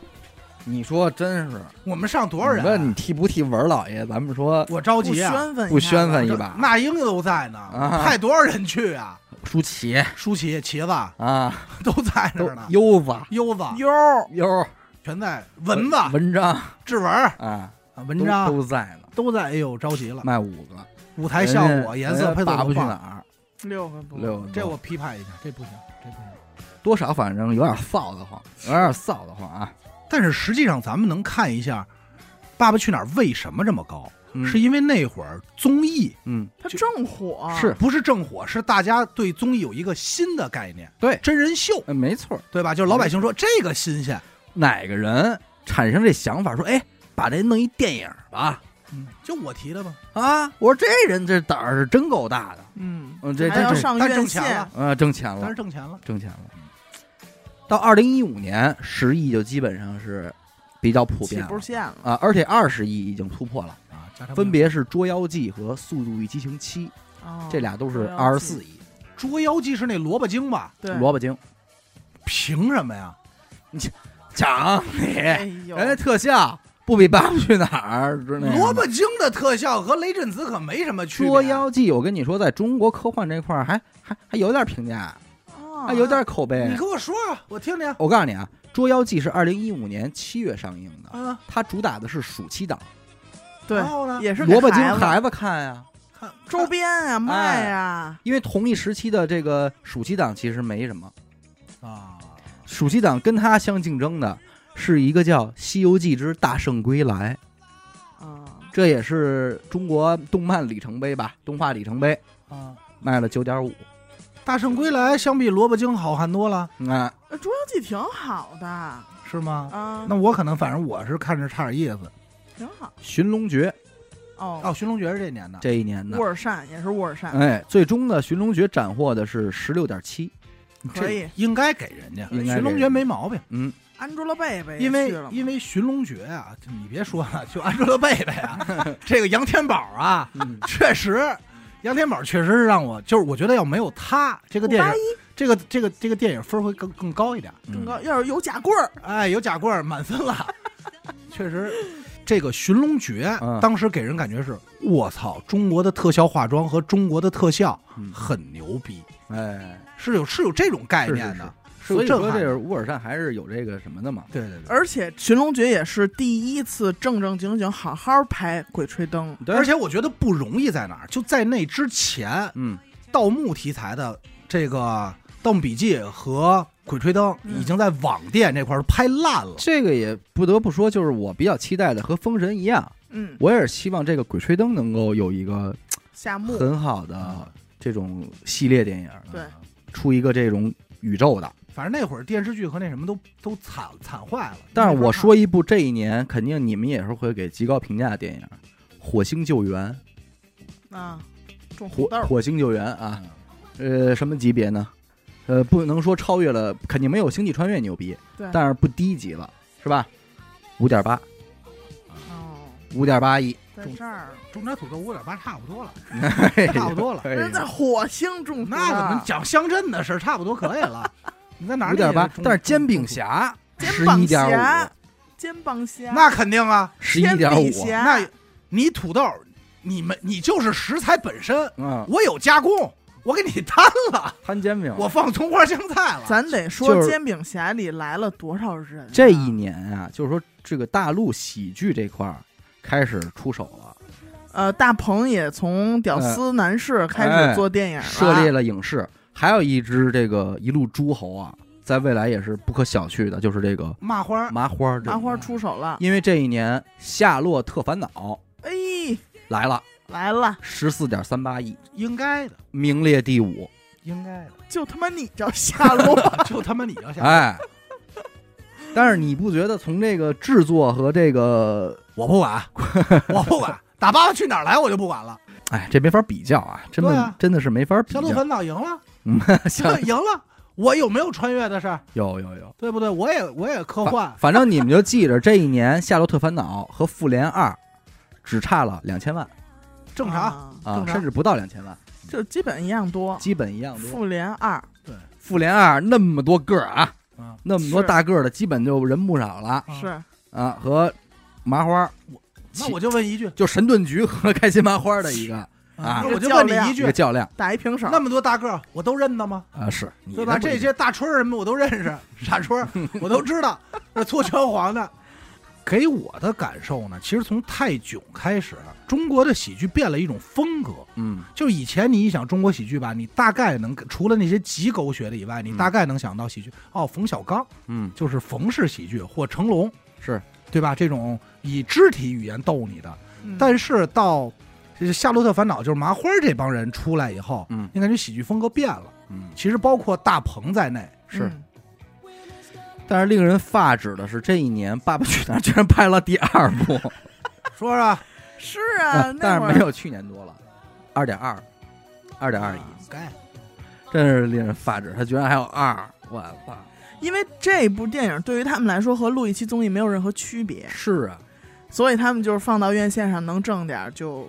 A: 你说真是
B: 我们上多少人
A: 你问你
B: 啊？
A: 替不替文老爷？咱们说
B: 我着
C: 不
B: 急啊，
C: 宣愤
A: 不宣愤
C: 一
A: 一
C: 下吧
A: 把，
B: 那英都在呢
A: 啊，
B: 派多少人去啊？
A: 舒淇
B: 舒淇、茄子
A: 啊，
B: 都在这
A: 都
B: 儿呢，
A: 优子
B: 优子啊
C: 哟，
A: 优
B: 全在，蚊子、啊
A: 文章
B: 志文啊
A: 啊，
B: 文
A: 都
B: 章
A: 都在呢，
B: 都在，哎呦，着急了，
A: 卖五个，
B: 舞台效
A: 人家
B: 果、颜色
A: 人家
B: 配色
A: 爸
B: 都
A: 爸去
B: 棒，
A: 哪
C: 六个
A: 儿
C: 多，
A: 六个多，
B: 这我批判一下，这不行，这不行。
A: 多少反正有点臊得慌，有点臊得慌啊，
B: 但是实际上，咱们能看一下《爸爸去哪儿》为什么这么高，
A: 嗯
B: 是因为那会儿综艺
A: 嗯
C: 他正火，啊
A: 是
B: 不是正火，是大家对综艺有一个新的概念，
A: 对嗯
B: 真人秀，
A: 呃没错儿，
B: 对吧？就是老百姓说这个新鲜，
A: 哪个人产生这想法说，哎，把这弄一电影吧？
B: 嗯，就我提的吧。
A: 啊，我说这人这胆儿是真够大的，
C: 嗯，
A: 嗯，这
C: 还要
A: 这这，
C: 上
B: 但
C: 院
B: 挣钱了
C: 线，
A: 呃，挣钱
B: 但
A: 了
B: 是，挣钱了，
A: 挣钱了。到二零一五年，十亿就基本上是比较普
C: 起
A: 遍了
C: 步线了，
A: 啊，而且二十亿已经突破了，
B: 啊，加上
A: 分别是《捉妖记》和《速度与激情七》，
C: 哦
A: 这俩都
C: 捉
A: 是
C: 妖
A: 二十
C: 记
A: 四亿。
B: 捉妖记是那萝卜精吧？
C: 对，
A: 萝卜精，
B: 凭什么呀？
A: 讲你，
C: 哎
A: 人
C: 呦，
A: 家特效不比《爸爸去哪儿》之类的。
B: 萝卜精的特效和雷震子可没什么区别。啊
A: 啊捉妖记，我跟你说，在中国科幻这块儿还还还有点评价，
C: 哦
A: 还有点口碑
B: 你。跟我说说，我听听。
A: 啊我告诉你啊，《捉妖记》是二零一五年七月上映的，
B: 嗯，
A: 它主打的是暑期档，
C: 对
B: 然，后呢？
C: 也是
A: 啊
C: 给
A: 萝卜精
C: 孩子
A: 孩子看呀、
B: 看
C: 周边啊卖啊，
A: 因为同一时期的这个暑期档其实没什么，
B: 啊，
A: 暑期档跟它相竞争的是一个叫《西游记之大圣归来》，哎
C: 啊，
A: 这也是中国动漫里程碑吧，动画里程碑，
B: 啊，
A: 卖了九点五。
B: 大圣归来相比萝卜精好看多了，
A: 啊，
C: 呃《捉妖记》挺好的啊，
B: 是吗？
A: 嗯
B: 那我可能反正我是看着差点意思。
C: 挺好
A: 《寻龙诀》
B: 哦，
C: 哦。
B: 《寻龙诀》是这年的，
A: 这一年的
C: 沃，尔善也是沃尔善，
A: 哎，最终的《寻龙诀》斩获的是十六点七，
C: 可以
B: 这应该给人家。
A: 应该给人家
B: 寻龙诀》没毛病，
A: 嗯，
C: ，Angelababy 也
B: 因为
C: 去了嘛
B: 因为《寻龙诀》啊，就你别说了， 就安卓的贝贝啊， 这个杨天宝啊，
A: 嗯
B: 确实，杨天宝确实是让我，就是我觉得要没有他，这个电
C: 五八
B: 影，这个这个这个电影分儿会更更高一点。
A: 嗯
C: 更高，要是有假棍儿，
B: 哎，有贾棍儿满分了， 确实，这个《寻龙诀》
A: 嗯
B: 当时给人感觉是，我操，中国的特效化妆和中国的特效
A: 嗯
B: 很牛逼，
A: 哎，
B: 是有是有这种概念的。
A: 所以
B: 震
A: 说
B: 撼
A: 这
B: 的
A: 个乌尔善还是有这个什么的嘛。
B: 对对对。
C: 而且《寻龙诀》也是第一次正正经经好好拍《鬼吹灯》，
A: 对
B: 而且我觉得不容易在哪儿，就在那之前，
A: 嗯，
B: 盗墓题材的这个《盗墓笔记》和《鬼吹灯》
C: 嗯
B: 已经在网店这块儿拍烂了。
A: 这个也不得不说，就是我比较期待的，和《封神》一样，
C: 嗯，
A: 我也是希望这个《鬼吹灯》能够有一个
C: 夏目，
A: 很好的这种系列电影，
C: 对
B: 嗯，
A: 出一个这种宇宙的。
B: 反正那会儿电视剧和那什么都都惨惨坏了。
A: 但是我说一部这一年肯定你们也是会给极高评价的电影，《火星救援》。
C: 啊，种
A: 火
C: 土豆儿，
A: 火星救援啊，呃，什么级别呢？呃，不能说超越了，肯定没有《星际穿越》牛逼，
C: 对，
A: 但是不低级了，是吧？五点八，
C: 哦，
A: 五点八亿，
C: 在
B: 种
C: 这儿，
B: 中产土豆五点八差不多了，差
A: 差
B: 不多了。
A: 哎
C: 那在
A: 呀，
C: 火星啊种
A: 嗯
B: 那怎么讲乡镇的事儿差不多可以了。你在哪儿
A: 五
B: 理解
A: 点
B: 这
A: 八
B: 中？
A: 但是煎饼侠
C: 肩
A: 十
C: 膀
A: 一点
C: 侠
A: 五，，
C: 肩膀侠，
B: 那肯定啊，
A: 十一点
C: 铅笔
A: 五，
C: 侠，
B: 那你土豆，你们你就是食材本身，
A: 嗯，
B: 我有加工，我给你 摊了，
A: 摊煎饼。
B: 我放葱花香菜了。
C: 咱得
A: 就
C: 说
A: 是
C: 煎饼侠里来了多少人啊？
A: 这一年啊，就是说这个大陆喜剧这块儿开始出手了，
C: 呃，大鹏也从屌丝男士开
A: 哎
C: 始做电影了，
A: 涉猎了影视。还有一只这个一路诸侯啊，在未来也是不可小觑的，就是这个
B: 麻花儿，
A: 麻花儿这
C: 麻
A: 个。
C: 花出手了，
A: 因为这一年《夏洛特烦恼》
C: 哎，
A: 来了，
C: 来了，
A: 十四点三八亿，
B: 应该的，
A: 名列第五。
B: 应该的，
C: 就他妈你叫夏洛，
B: 就他妈你要想，
A: 哎，但是你不觉得从这个制作和这个，
B: 我不管， 我不管，打爸爸去哪儿来我就不管了。
A: 哎，这没法比较啊，真的、
B: 对啊
A: 真的是没法比
B: 小
A: 较
B: 鹿。烦恼赢了，
A: 嗯， 像
B: 赢了，我有没有穿越的事儿？
A: 有有有，
B: 对不对？我也我也科幻
A: 反，反正你们就记着，这一年《夏洛特烦恼》和《复联二》只差了两千万
B: 正常。
C: 啊
A: 啊
B: 正，常
A: 甚至不到两千万，
C: 就基本一样多。
A: 基本一样多。
C: 复联二，
A: 复联二那么多个儿啊，
B: 嗯，
A: 那么多
C: 是
A: 大个儿的，基本就人不少了
B: 啊
C: 是
A: 啊，和麻花儿。
B: 那我就问一句，
A: 就神盾局和开心麻花的一 个啊
B: 那我就问你一
A: 一
B: 句
A: 个，较量
C: 打一平手，
B: 那么多大个儿，我都认得吗？
A: 啊，是
B: 对吧？这些大春儿什么我都认 识，傻春儿我都知道，那搓拳皇的。 给我的感受呢，其实从泰囧开始，中国的喜剧变了一种风格。
A: 嗯
B: 就以前你一想中国喜剧吧，你大概能除了那些极狗血的以外，你
A: 嗯
B: 大概能想到喜剧哦，冯小刚
A: 嗯
B: 就是冯氏喜剧或成龙，
A: 是
B: 对吧？这种以肢体语言逗你的，
C: 嗯
B: 但是到《夏洛特烦恼》就是麻花儿这帮人出来以后，
A: 嗯
B: 你感觉喜剧风格变了。
A: 嗯，
B: 其实包括大鹏在内，
A: 是。
C: 嗯
A: 但是令人发指的是，这一年《爸爸去哪儿》居然拍了第二 部，
B: 说说
C: 是啊，那
A: 但
C: 会
A: 是
C: 儿
A: 没有去年多了，二点二，二点二亿，
B: 啊
C: 哦
B: 该
A: 真是令人发指。他居然还有二，我操！
C: 因为这部电影对于他们来说和录一期综艺没有任何区别，
A: 是啊，
C: 所以他们就是放到院线上能挣点儿就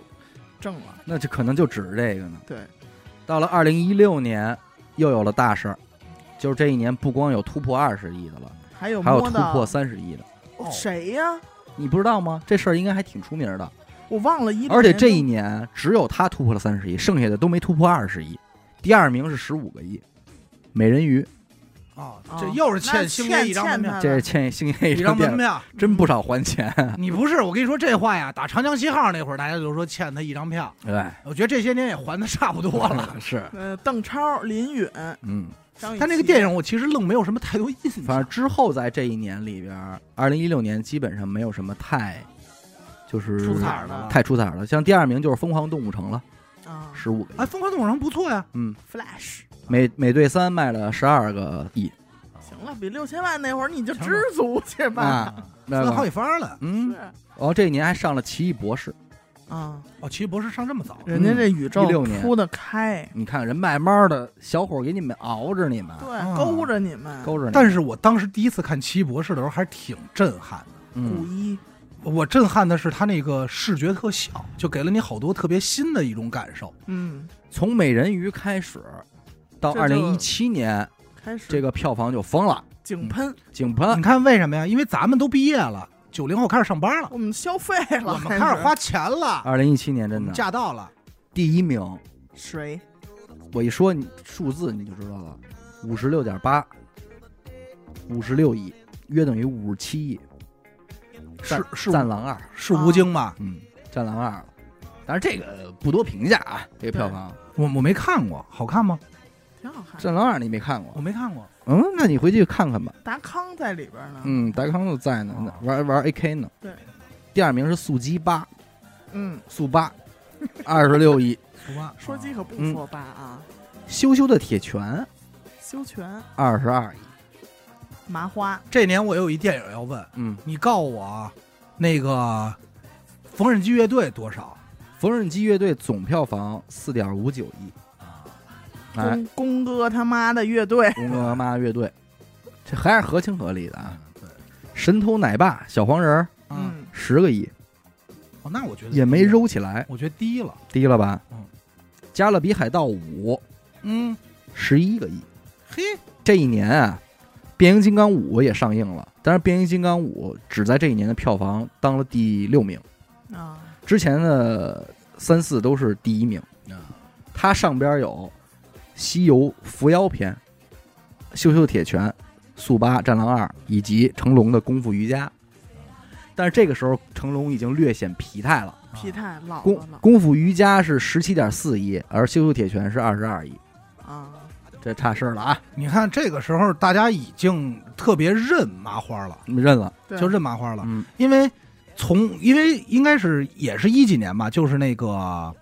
C: 挣了。
A: 那就可能就指着这个呢。
C: 对，
A: 到了二零一六年，又有了大事儿，就是这一年不光有突破二十亿的了，
C: 还有
A: 还有
C: 摸
A: 突
C: 到
A: 破三十亿的。
C: 哦谁呀、
A: 你不知道吗？这事儿应该还挺出名的。
C: 我忘了一六年都，
A: 而且这一年只有他突破了三十亿，剩下的都没突破二十亿。第二名是十五个亿，美人鱼，
B: 啊
C: 哦，
B: 这又是欠
C: 那
B: 星爷一张门
C: 欠
B: 票，
C: 他
A: 这
C: 了
A: 是欠 星 爷一
B: 一张
A: 张
B: 门
A: 电影，
B: 票。
A: 真不少还钱。
B: 你不是我跟你说这话呀，打长江七号那会儿，大家就说欠他一张票。
A: 对，
B: 我觉得这些年也还的差不多 了。
A: 哎 是，
C: 呃，邓超、林允、
A: 嗯，
C: 张雨
B: 但那
C: 绮
B: 个电影我其实愣没有什么太多印
A: 反
B: 象
A: 正。之后在这一年里边，二零一六年基本上没有什么太，就是
C: 出彩儿的
A: 太出彩儿了。像第二名就是《疯狂动物城》了，
C: 啊
A: 十五个
B: 哎，
A: 亿，
B: 疯狂动物城不错呀，
A: 嗯，
C: ，Flash，
A: 美美队三卖了十二个 亿，
C: 行了，比六千万那会儿你就
B: 行吧
C: 知足去吧。
A: 啊那
B: 分好
A: 个，
B: 几番了。
A: 嗯
C: 是，
A: 然后这一年还上了《奇异博士》，
C: 啊，
B: 哦，奇异博士上这么早，
C: 人家这宇宙
A: 16年
C: 铺的开，
A: 你看人卖猫的小伙给你们熬着你们，
C: 对，勾着你们，
A: 勾着你们，
B: 但是我当时第一次看奇异博士的时候还是挺震撼的。
C: 古
A: 嗯
C: 一，
B: 我震撼的是他那个视觉特效，就给了你好多特别新的一种感受。
C: 嗯，
A: 从美人鱼开始，到
C: 这
A: 二
C: 就
A: 零一七年，
C: 开始
A: 这个嗯票房就疯了，
C: 井喷，
A: 井喷
B: 你。看为什么呀？因为咱们都毕业了，九零后开始上班了，
C: 我们消费了，
B: 我们开始花钱了，
A: 二零一七年啊真
B: 我们
A: 的
B: 驾到了。
A: 第一名，
C: 谁？
A: 我一说你数字你就知道了，五十六点八，五十六亿，约等于五十七亿，
B: 是是
A: 《战狼二》《
B: 是吴京吧？
A: 嗯，战狼二》，但是这个不多评价啊，这个票房
B: 我我没看过，好看吗？
C: 挺好看
A: 《
C: 的。
A: 战狼二》你没看
B: 我
A: 过？
B: 没看过。
A: 嗯，那你回去看看吧。
C: 达康在里边呢。
A: 嗯，达康都在呢，
B: 哦
A: 玩玩 AK 呢。
C: 对，
A: 第二名是速激八，
C: 嗯，
A: 速八，二十六亿。
B: 说吧，
C: 说鸡可不
A: 嗯
C: 说吧啊，
A: 羞羞的铁拳
C: 修全
A: 二十二亿。
C: 麻花
B: 这年我有一电影要问，
A: 嗯，
B: 你告诉我啊，那个缝纫机乐队多少？
A: 缝纫机乐队总票房四点五九亿。
B: 啊
A: 哎，
C: 公公哥他妈的乐队，
A: 公哥妈乐队，这还是合情合理的啊。
B: 嗯对，
A: 神偷奶爸小黄人儿
B: 啊，
C: 嗯，
A: 十个亿
B: 哦，那我觉得
A: 也没
B: 低了，
A: 揉起来，
B: 我觉得低了。
A: 低了吧？
B: 嗯，
A: 加勒比海盗五
B: 嗯，
A: 十一个亿。
B: 嘿，
A: 这一年啊，变形金刚五也上映了，但是变形金刚五只在这一年的票房当了第六名，
C: 啊，
A: 之前的三四都是第一名。它上边有《西游伏妖篇》《羞羞铁拳》《速八》《战狼二》以及成龙的《功夫瑜伽》，但是这个时候成龙已经略显疲态了。
B: 啊
C: 皮太老
A: 功
C: 了老
A: 功夫瑜伽是十七点四亿，而羞羞铁拳是二十二亿，
C: 啊，
A: 这差事儿了啊，
B: 你看这个时候大家已经特别认麻花了，
A: 你们认了。
C: 对
B: 就认麻花了，
A: 嗯，
B: 因为从因为应该是也是一几年吧，就是那个《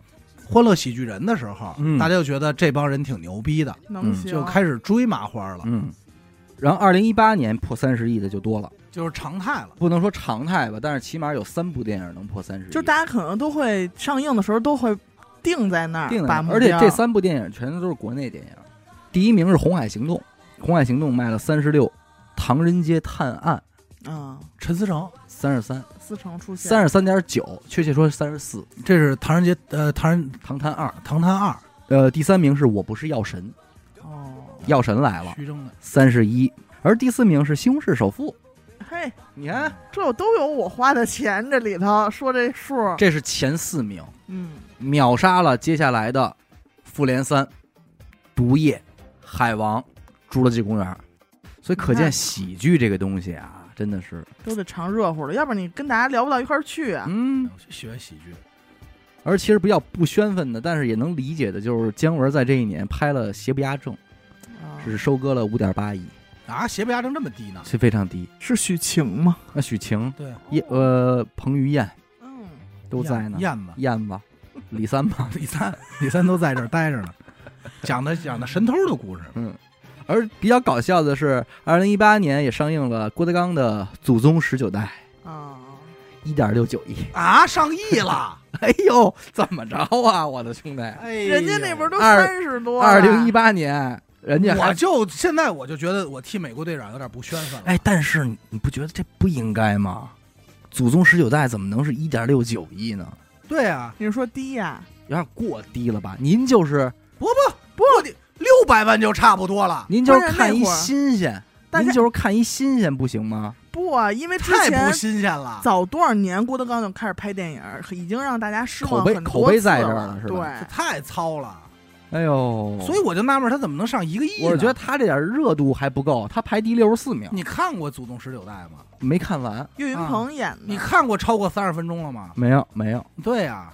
B: 欢乐喜剧人》的时候，
A: 嗯
B: 大家就觉得这帮人挺牛逼的，
C: 能
A: 嗯
C: 行
B: 就开始追麻花了，
A: 嗯，然后二零一八年破三十亿的就多了，
B: 就是常态了。
A: 不能说常态吧，但是起码有三部电影能破三十亿，
C: 就大家可能都会上映的时候都会定在那儿，
A: 定的。
C: 把目
A: 而且
C: 标
A: 这三部电影全都是国内电影，第一名是《红海行动》，《红海行动》卖了三十六，《唐人街探案
C: 啊，》
B: 陈思诚，
A: 三十三，
C: 思成出现
A: 三十三点九，确切说三十四，《
B: 这是唐人街呃唐人
A: 唐探二》。
B: 唐探二，
A: 呃，第三名是我不是药神，
C: 哦，
A: 药神来了
B: 徐峥的，
A: 三十一，而第四名是《西红柿首富》，
C: 嘿，
A: 你看。
C: 这都有我花的钱这里头，说这数，
A: 这是前四名，
C: 嗯，
A: 秒杀了接下来的《复联三》《毒液》《海王》《侏罗纪公园》，所以可
C: 你
A: 见
C: 看
A: 喜剧这个东西啊，真的是，
C: 都得尝热乎了，要不然你跟大家聊不到一块儿去啊。
A: 嗯。
B: 喜欢喜剧，
A: 而其实比较不宣愤的，但是也能理解的，就是姜文在这一年拍了《邪不压正
C: 啊》，
A: 只收割了五点八亿，
B: 啊，邪不压正这么低呢？
A: 是非常低。
C: 是许晴吗？
A: 那许晴、
B: 对，啊
A: 叶呃彭于晏
C: 嗯，
A: 都在呢，
B: 燕燕子、
A: 燕子、李三吧，
B: 李三、李三都在这儿待着呢， 讲的讲的神偷的故事。
A: 嗯。而比较搞笑的是，二零一八年也上映了郭德纲的《祖宗十九代》。
C: 啊，
A: 一点六九亿。
B: 啊，上亿 了！
A: 哎呦，怎么着啊，我的兄弟！
B: 哎，
C: 人家那边
B: 边
C: 儿都
A: 二
C: 三十多了，
A: 二零一八年，人家
B: 我
A: 还
B: 就现在我就觉得我替美国队长有点不宣愤了。，
A: 哎，但是你不觉得这不应该吗？祖宗十九代怎么能是一点六九亿呢？
B: 对啊，
C: 你说低呀？
A: 有点过低了吧？您就是
B: 不，六百万就差不多了，
A: 您就是
C: 关键
A: 看一
C: 那会儿
A: 新鲜，
C: 大
A: 您
C: 家
A: 就是看一新鲜不行吗？
C: 不啊，因为之
B: 太
C: 前
B: 不新鲜了。
C: 早多少年郭德纲就开始拍电影儿，已经让大家失望
A: 口碑
C: 很多
A: 口碑在
C: 次
A: 这儿
C: 了
A: 了是吧
B: 这
C: 对，
B: 太糙了，
A: 哎呦，
B: 所以我就纳闷他怎么能上一个亿呢？
A: 我觉得他这点热度还不够，他排第六十四名，
B: 你看过《祖宗十九代》吗？
A: 没看完，
C: 岳云
B: 啊
C: 鹏演的，
B: 你看过超过三十分钟了吗？
A: 没有没有，
B: 对 呀、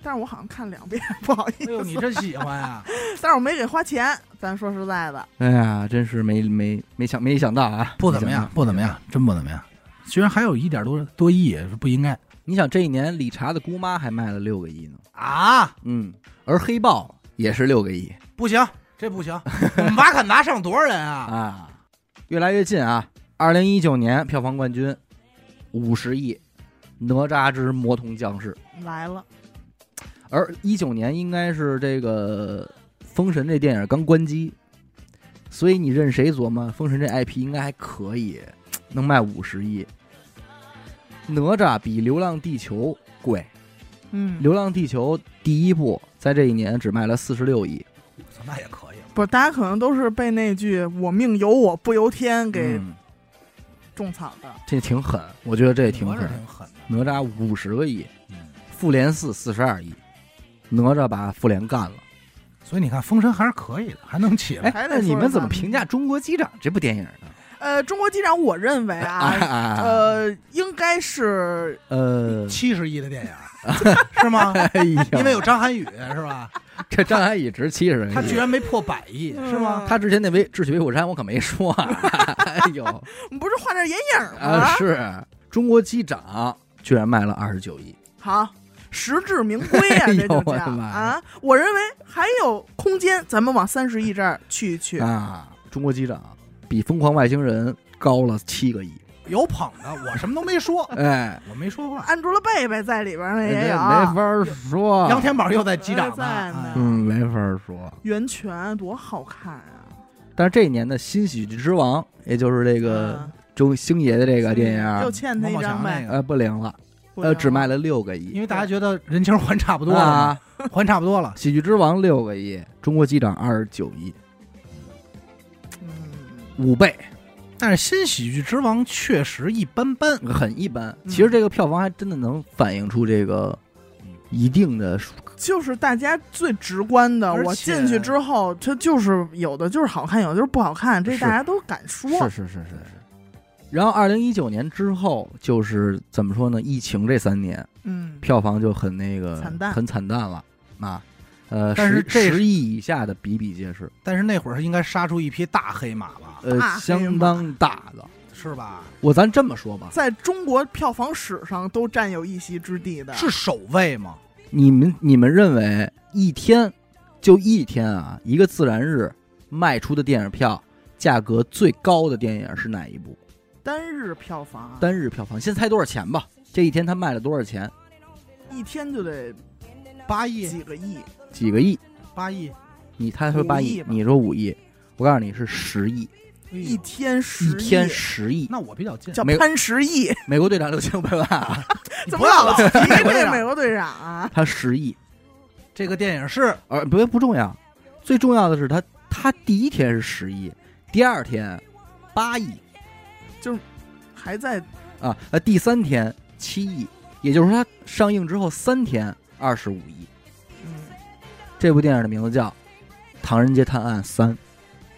C: 但是我好像看两遍， 不好意
B: 哎呦，你
C: 思，
B: 真喜欢呀、
C: 但是我没给花钱，咱说实在的，
A: 哎呀，真是没没没想没想到啊，
B: 不怎么
A: 没
B: 样
A: 想，到
B: 不怎么。样，真不怎么样。居然还有一点多多亿，不应该
A: 你想这一年理查的姑妈还卖了六个亿呢。
B: 啊！
A: 嗯，而黑豹也是六个亿
B: 不行，这不行，我们瓦坎达上多少人啊？
A: 啊，越来越近啊！二零一九年票房冠军五十亿，《哪吒之魔童降世》，
C: 来了，
A: 而一九年应该是这个《封神》这电影刚关机，所以你任谁琢磨《封神》这 IP 应该还可以，能卖五十亿。哪吒比《流浪地球》贵，《
C: 嗯，
A: 流浪地球》第一部在这一年只卖了四十六亿，
B: 那也可以，
C: 不是，大家可能都是被那句“我命由我不由天”给
A: 嗯
C: 种草的，
A: 这挺狠，我觉得这也
B: 这
A: 挺狠。
B: 挺狠的。
A: 哪吒五十个亿，
B: 嗯，
A: 复联四四十二亿，哪吒把复联干了。哎
B: 所以你看，封神还是可以的，还能起来。
A: 哎，那你们怎么评价《中国机长》这部电影呢？
C: 呃，中国机长，我认为啊，
A: 啊
C: 呃，应该是
A: 呃，
B: 七十亿的电影是吗？
A: 哎呀，
B: 因为有张涵予是吧？
A: 这张涵予值七十人，
B: 他居然没破百亿是吗？
A: 他之前那微智取威虎山我可没说啊， 哎呦
C: 你不是画点眼影吗？
A: 啊是中国机长居然卖了二十九亿，
C: 好，实至名归啊，
A: 哎呦
C: 这就
A: 我
C: 这
A: 的
C: 样
A: 妈呀
C: 啊！我认为还有空间，咱们往三十亿这儿去一去。
A: 啊，中国机长比疯狂外星人高了七个亿，
B: 有捧的，我什么都没说，
A: 哎，
B: 我没说话。
C: 按住了贝贝在里边儿呢
A: 这
C: 也有，
A: 哎
C: 啊
A: 没法说，
B: 杨天宝又在机长
C: 在
B: 呢，
C: 呢
B: 啊
A: 嗯没法说。
C: 袁泉多好看啊！
A: 但是这一年的新喜剧之王，也就是这个
C: 嗯
A: 周星爷的这个电
C: 又
A: 影，
C: 欠他一
B: 王宝
C: 张
B: 嗯强那
C: 呗，
B: 个，
A: 呃，不灵了，
C: 不
A: 呃，
C: 行
A: 只卖了六个亿，
B: 因为大家觉得人情还差不多了嘛，
A: 啊，
B: 还差不多了。
A: 喜剧之王六个亿，中国机长二十九亿，
C: 嗯
A: 五倍，
B: 但是新喜剧之王确实一般般，
A: 很一般。
C: 嗯
A: 其实这个票房还真的能反映出这个一定的数，
C: 就是大家最直观的。
B: 而
C: 我
B: 且
C: 进去之后，这就是有的就是好看，有的就是不好看，这
A: 是
C: 大家都敢说。
A: 是是是是。然后，二零一九年之后，就是怎么说呢？疫情这三年，
C: 嗯，
A: 票房就很那个
C: 惨淡
A: 很惨淡了啊。呃，
B: 但是这
A: 十十亿以下的比比皆是，
B: 但是那会儿应该杀出一匹大黑马吧，
A: 呃
C: 大，黑
A: 相
C: 马
A: 当大的。
B: 是吧？
A: 我咱这么说吧，
C: 在中国票房史上都占有一席之地的，
B: 是首位吗？
A: 你们你们认为一天就一天啊，一个自然日卖出的电影票价格最高的电影是哪一部？
C: 单日票房啊
A: 单日票房，先猜多少钱吧？这一天他卖了多少钱？
C: 一天就得
B: 八亿，
C: 几个亿，
A: 几个亿？
B: 八亿，
C: 哎
A: 你猜说八
C: 五
A: 亿
C: 亿，吧
A: 你说五亿，我告诉你是十亿，
C: 一
B: 一
C: 天十
A: 一
C: 亿，
A: 天十亿。
B: 那我比较近，
C: 叫
A: 没有
C: 潘石屹，
A: 美国队长六千五百万啊，
B: 你
C: 怎
B: 不
C: 么
B: 要
C: 老
B: 老
C: 提
B: 提美国队
C: 这美
B: 长。
C: 国队长啊？
A: 他十亿，
B: 这个电影是
A: 而不不重要，最重要的是他他第一天是十亿，第二天八亿，
C: 还在
A: 啊，呃，第三天七亿，也就是说它上映之后三天二十五亿。
C: 嗯，
A: 这部电影的名字叫《唐人街探案三》。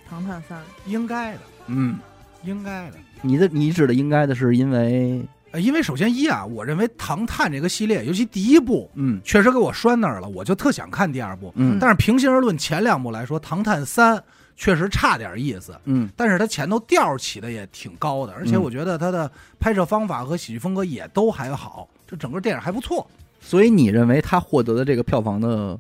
C: 唐探三，
B: 应该的，
A: 嗯，
B: 应该的。
A: 你的你指的应该的是因为
B: 呃，因为首先一啊，我认为《唐探》这个系列，尤其第一部，
A: 嗯
B: 确实给我拴那儿了，我就特想看第二部。
A: 嗯
B: 但是平心而论，前两部来说，《唐探三》确实差点意思，
A: 嗯
B: 但是它前头调儿起的也挺高的，而且
A: 嗯
B: 我觉得它的拍摄方法和喜剧风格也都还好，这整个电影还不错。
A: 所以你认为他获得的这个票房的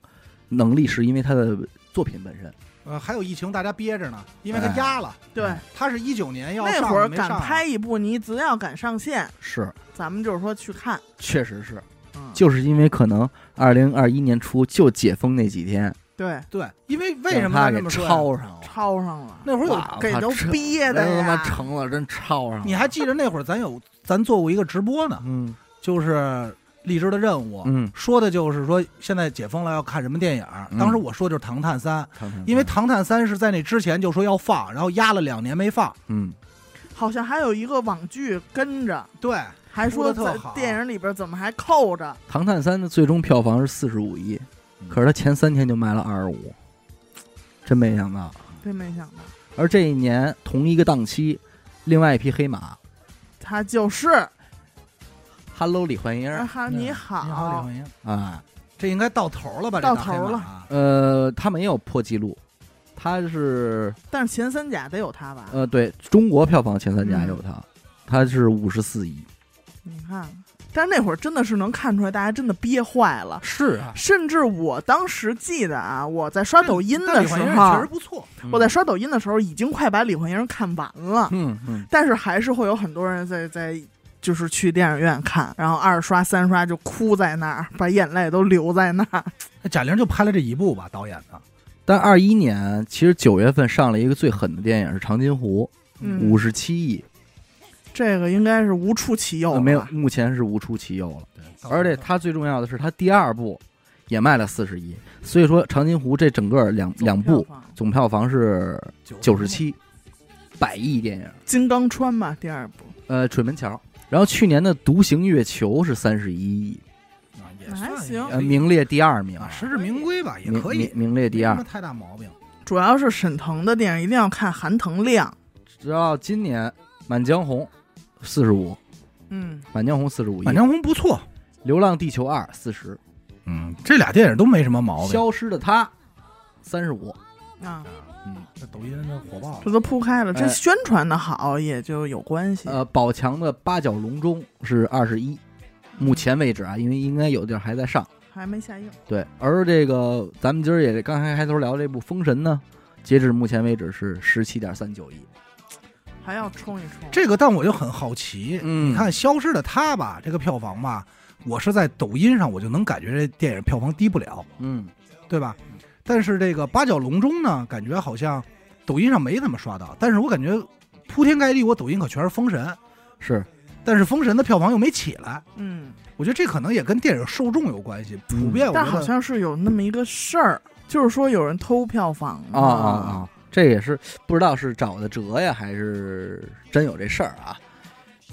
A: 能力是因为他的作品本身？
B: 呃，还有疫情大家憋着呢，因为它
A: 哎
B: 压了，
C: 对，
B: 它是一九嗯年要上
C: 那会儿
B: 没
C: 敢
B: 上啊
C: 拍一部，你只要敢上线，
A: 是，
C: 咱们就是说去看，
A: 确实是，
C: 嗯，
A: 就是因为可能二零二一年初就解封那几天，
C: 对，
B: 对，因为为
A: 让
B: 什么
A: 他
B: 要
A: 给
B: 这么说呀？
A: 抄上了？
C: 抄上了，
B: 那会儿有
A: 哇
C: 给
A: 我操
C: 都
A: 这
C: 憋的
A: 真他妈
C: 呀，
A: 成了，真抄上了。
B: 你还记得那会儿咱有咱做过一个直播呢，
A: 嗯
B: 就是荔枝的任务，
A: 嗯，
B: 说的就是说现在解封了要看什么电影儿。
A: 嗯
B: 当时我说就是《唐探三》，
A: 唐探
B: 因为《
A: 三
B: 唐探三》是在那之前就说要放，然后压了两年没放。
A: 嗯
C: 好像还有一个网剧跟着，
B: 对，
C: 还说
B: 出
C: 在
B: 得特好
C: 电影里边怎么还扣着，
A: 《唐探三》的最终票房是四十五亿，
B: 嗯
A: 可是它前三天就卖了二十五，真没想到。
C: 真没想到，
A: 而这一年同一个档期，另外一匹黑马
C: 他就是，
A: ，Hello 李焕英
C: 啊哈，你好，
B: 你好，李焕英，
A: 啊，
B: 这应该到头了吧？
C: 到
B: 这大黑马
C: 头了
B: 啊。
A: 呃，他没有破纪录，他是
C: 但是前三甲得有他吧？
A: 呃，对中国票房前三甲有他，他是五十四亿，
C: 你看，但是那会儿真的是能看出来，大家真的憋坏了。
B: 是啊，
C: 甚至我当时记得啊，我在刷抖音
B: 但
C: 的
B: 李
C: 时
B: 焕英确
C: 候
B: 实，嗯不错，
C: 我在刷抖音的时候已经快把李焕英看完了，
A: 嗯嗯
C: 但是还是会有很多人在在就是去电影院看，然后二刷三刷就哭在那儿，把眼泪都流在那儿。
B: 那贾玲就拍了这一部吧，导演的。
A: 但二一年其实九月份上了一个最狠的电影是《长津湖》，
C: 嗯
A: 五十七亿，
C: 这个应该是无处其右、
A: 呃没有，，目前是无出其右了。
B: 对，
A: 而且它最重要的是，它第二部也卖了四十亿，所以说《长津湖》这整个两两部总票房嗯是九十，七百亿电影，
C: 金刚川吧，第二部
A: 呃，《水门桥》。然后去年的《独行月球》是三十一亿，
B: 啊也
C: 那还
B: 算
C: 行
A: 呃，名列第二名
B: 啊，，实至名归吧，也
A: 名
B: 可以
A: 名，名列第
B: 没什
A: 二
B: 么。太大毛病。
C: 主要是沈腾的电影一定要看韩腾亮，
A: 直到今年《满江红》四十五，《
C: 嗯，
A: 满江红》四十五亿，
B: 满
A: 《
B: 江红》不错，
A: 流浪地球二》四十，
B: 嗯，这俩电影都没什么毛
A: 《
B: 病。
A: 消失的她》三十五，
C: 啊，
A: 嗯，
B: 这抖音这火爆
C: 这
B: 了，
C: 都铺开了，这
A: 哎
C: 宣传的好也就有关系。
A: 呃，宝强的《八角笼中》是二十一，目前为止啊，因为应该有地儿还在上。
C: 还没下映，
A: 对，而这个咱们今儿也刚才开头聊这部《封神》呢，截至目前为止是十七点三九亿。
C: 还要冲一冲。
B: 这个但我就很好奇，
A: 嗯
B: 你看《消失的她》吧，这个票房吧，我是在抖音上我就能感觉这电影票房低不了，
A: 嗯，
B: 对吧？但是这个《八角笼中》呢，感觉好像抖音上没怎么刷到，但是我感觉铺天盖地，我抖音可全是封神，
A: 是
B: 但是封神的票房又没起来，
C: 嗯，
B: 我觉得这可能也跟电影受众有关系。
A: 嗯
B: 普遍我
C: 但
B: 觉
C: 好
B: 得，
C: 像是有那么一个事儿，就是说有人偷票房
A: 啊啊啊！这也是不知道是找的辙呀，还是真有这事儿啊？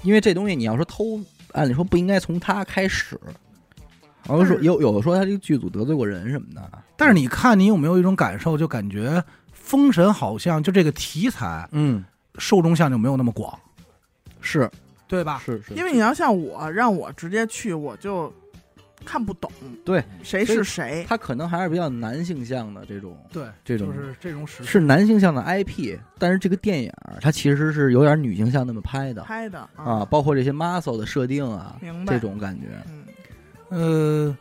A: 因为这东西你要说偷，按理说不应该从他开始。然后说
C: 但是
A: 有有说他这个剧组得罪过人什么的，
B: 但是你看，你有没有一种感受，就感觉封神好像就这个题材
A: 嗯
B: 受众向就没有那么广，
A: 是
B: 对吧？
A: 是是，
C: 因为你要像我，让我直接去，我就看不懂。
A: 对，
C: 谁
A: 所以
C: 是谁？
A: 他可能还是比较男性向的这种
B: 对，
A: 这种
B: 就是这种史，
A: 是男性向的 IP，但是这个电影儿它其实是有点女性向那么拍的
C: 拍的
A: 啊，包括这些 muscle 的设定啊，
C: 明白
A: 这种感觉。
C: 嗯，
B: 呃。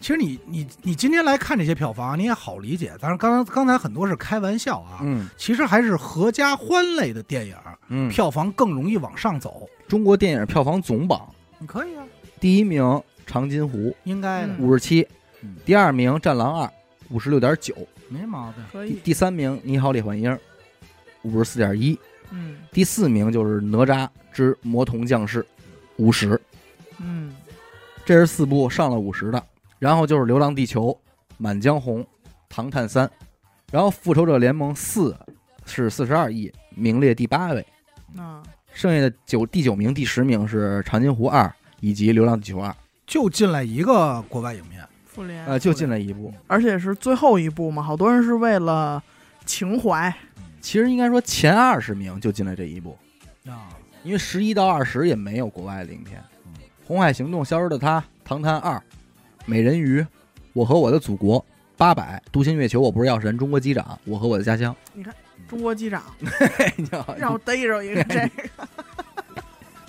B: 其实你你你今天来看这些票房，你也好理解。当然，刚刚才很多是开玩笑啊，
A: 嗯
B: 其实还是合家欢类的电影，
A: 嗯
B: 票房更容易往上走。
A: 中国电影票房总榜
B: 你可以啊，
A: 第一名《长津湖》
B: 应该的，
C: 嗯
A: 五十七
B: 嗯，
A: 第二名《战狼二》五十六点九，
B: 没毛病。
C: 可
A: 第
C: 以，
A: 第三名《你好，李焕英》五十四点一，
C: 嗯
A: 第四名就是《哪吒之魔童降世》五十，
C: 嗯，
A: 这是四部上了五十的，然后就是《流浪地球》《满江红》《唐探三》，然后《复仇者联盟四》是四十二亿，名列第八位。
C: 啊，
A: 剩下的九第九名、第十名是《长津湖二》以及《流浪地球二》，
B: 就进来一个国外影片，
C: 复联
A: 呃，就进了一部。
C: 而且是最后一部嘛，好多人是为了情怀，
A: 嗯其实应该说前二十名就进了这一部，
B: 啊，
A: 因为十一到二十也没有国外的影片，
B: 嗯
A: 《红海行动》《消失的她》《唐探二》《美人鱼》《我和我的祖国》《八百》《独行月球》《我不是药神》《中国机长》《我和我的家乡》
C: 中国 机长
A: 啊 你知道吗
C: 让我逮着
A: 哎
C: 一个这个，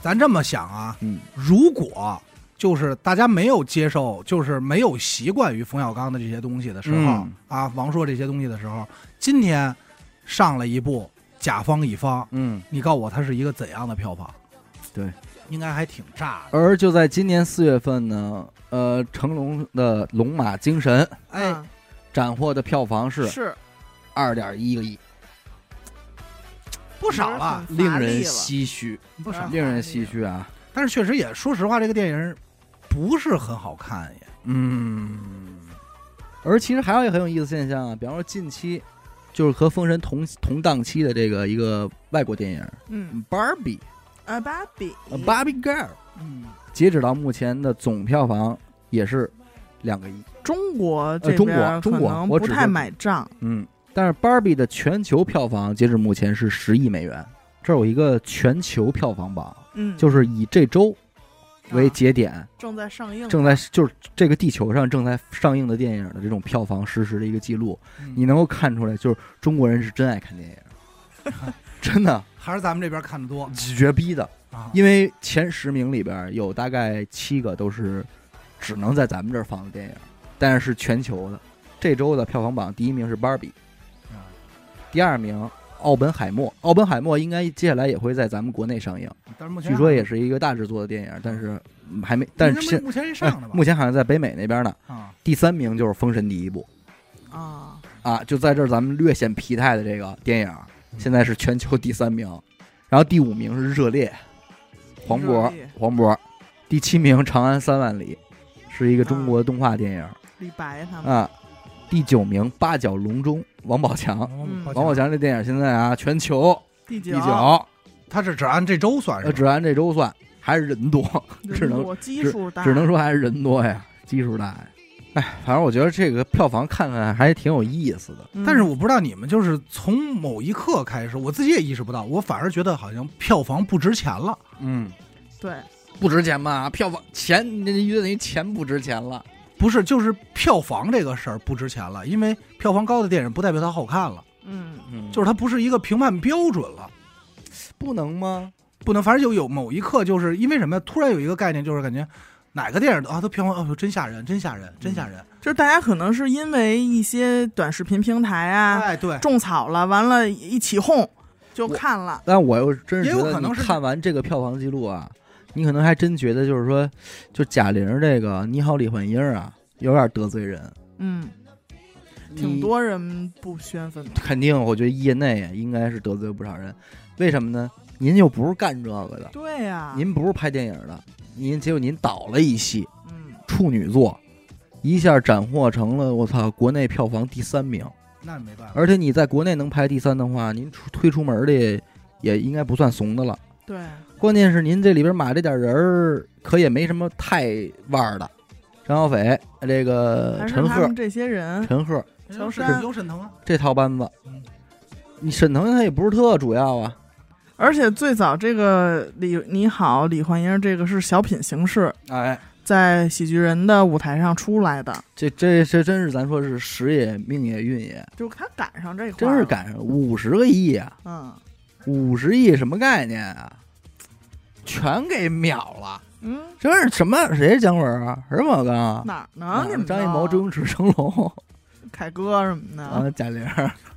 B: 咱这么想啊，
A: 嗯
B: 如果就是大家没有接受，就是没有习惯于冯小刚的这些东西的时候、
A: 嗯
B: 啊，王朔这些东西的时候，今天上了一部《甲方乙方》，
A: 嗯。
B: 你告诉我它是一个怎样的票房？
A: 对，
B: 应该还挺炸的。
A: 而就在今年四月份呢，呃，成龙的《龙马精神》
B: 哎，
C: 啊
A: 斩获的票房是
C: 是
A: 二点一个亿，
B: 不少了，
C: 有点
A: 令
C: 很乏力
A: 人
C: 了
A: 唏嘘，
B: 不少
C: 嗯。
A: 令人唏嘘啊！
B: 但是确实也，说实话，这个电影不是很好看也。
A: 嗯，而其实还有一个很有意思的现象啊，比方说近期就是和《封神同》同档期的这个一个外国电影
C: 嗯，
A: 《Barbie
C: 啊，芭比》
A: 呃《Barbie Girl》，
B: 嗯，
A: 截止到目前的总票房也是两个亿。
C: 中国这
A: 呃中国
C: 边可
A: 中国
C: 能
A: 我
C: 不
A: 只
C: 太
A: 是
C: 买账，
A: 嗯，但是《Barbie》的全球票房截至目前是十亿美元，这有一个全球票房榜，
C: 嗯，
A: 就是以这周为节点，
C: 正在上映，
A: 正在就是这个地球上正在上映的电影的这种票房实时的一个记录，你
B: 你
A: 能够看出来，就是中国人是真爱看电影， 真的
B: 还是咱们这边看的多
A: 绝逼的，
B: 啊。
A: 因为前十名里边有大概七个都是只能在咱们这儿放的电影，但是是全球的。这周的票房榜第一名是《芭比》。
B: 啊
A: 第二名奥本海默，奥本海默应该接下来也会在咱们国内上映，
B: 但是目前
A: 据说也是一个大制作的电影，但是嗯还没，但是
B: 目
A: 现
B: 前
A: 哎
B: 目前是上的吧？
A: 目前好像在北美那边呢。
B: 啊，
A: 第三名就是《封神》第一部
C: 啊，
A: 啊，就在这儿咱们略显疲态的这个电影，
B: 嗯
A: 现在是全球第三名，然后第五名是《热烈》，黄
C: 热
A: 渤
C: 烈，
A: 黄渤，第七名《长安三万里》，是一个
C: 啊
A: 中国动画电影
C: 李白他们，
A: 啊，第九名《八角笼中》，王宝强，
B: 王
A: 王宝强这电影现在啊全球
C: 第
A: 第
C: 九，
A: 九。
B: 他是只按这周算是
A: 呃，
B: 吧
A: 只按这周算，还是人多，只能
C: 我基数大，
A: 只能说还是人多呀，基数大呀。哎，反正我觉得这个票房看看还挺有意思的。
C: 嗯
B: 但是我不知道你们就是从某一刻开始，我自己也意识不到，我反而觉得好像票房不值钱了。
A: 嗯，
C: 对，
A: 不值钱吧？票房钱，那就等于钱不值钱了。
B: 不是，就是票房这个事儿不值钱了，因为票房高的电影不代表它好看了，
C: 嗯，
A: 嗯，
B: 就是它不是一个评判标准了。
A: 不能吗？
B: 不能，反正就有某一刻，就是因为什么呀？突然有一个概念，就是感觉哪个电影啊，它票房，哦呦，真吓人，真吓人，真吓人！
C: 就是大家可能是因为一些短视频平台啊
B: 哎，对，
C: 种草了，完了一起哄就
A: 我
C: 看了，
A: 但我又真是觉
B: 也有
A: 得，
B: 可
A: 你
B: 能是
A: 看完这个票房记录啊，你可能还真觉得就是说，就贾玲这个《你好，李焕英》啊，有点得罪人，
C: 嗯，挺
A: 你
C: 多人不宣愤的，
A: 肯定，我觉得业内应该是得罪了不少人。为什么呢？您又不是干这个的，
C: 对呀，
A: 您不是拍电影的，您结果您导了一戏
C: 嗯，
A: 处女作，一下斩获成了我操国内票房第三名。
B: 那没办法，
A: 而且你在国内能排第三的话，您出推出门儿的也应该不算怂的了。
C: 对，
A: 关键是您这里边码这点人儿，可也没什么太腕儿的。张小斐、这个
C: 还是
A: 陈
C: 他
A: 赫
C: 们、这些人，
A: 陈赫
C: 乔
B: 是
C: 杉
B: 有沈腾啊，
A: 这套班子
B: 嗯，
A: 你沈腾他也不是特主要啊。
C: 而且最早这个李你好李焕英这个是小品形式，
A: 哎，
C: 在喜剧人的舞台上出来的，
A: 这这这真是咱说是时也命也运也，
C: 就他赶上这块，
A: 真是，赶上五十个亿啊！
C: 嗯
A: 五十亿什么概念啊？全给秒了，
C: 嗯，
A: 真是什么谁是姜文啊？什么老刚啊？
C: 哪儿呢？你们
A: 张艺
C: 都
A: 谋、周星驰、成龙
C: 啊凯歌什么的，
A: 啊，贾玲，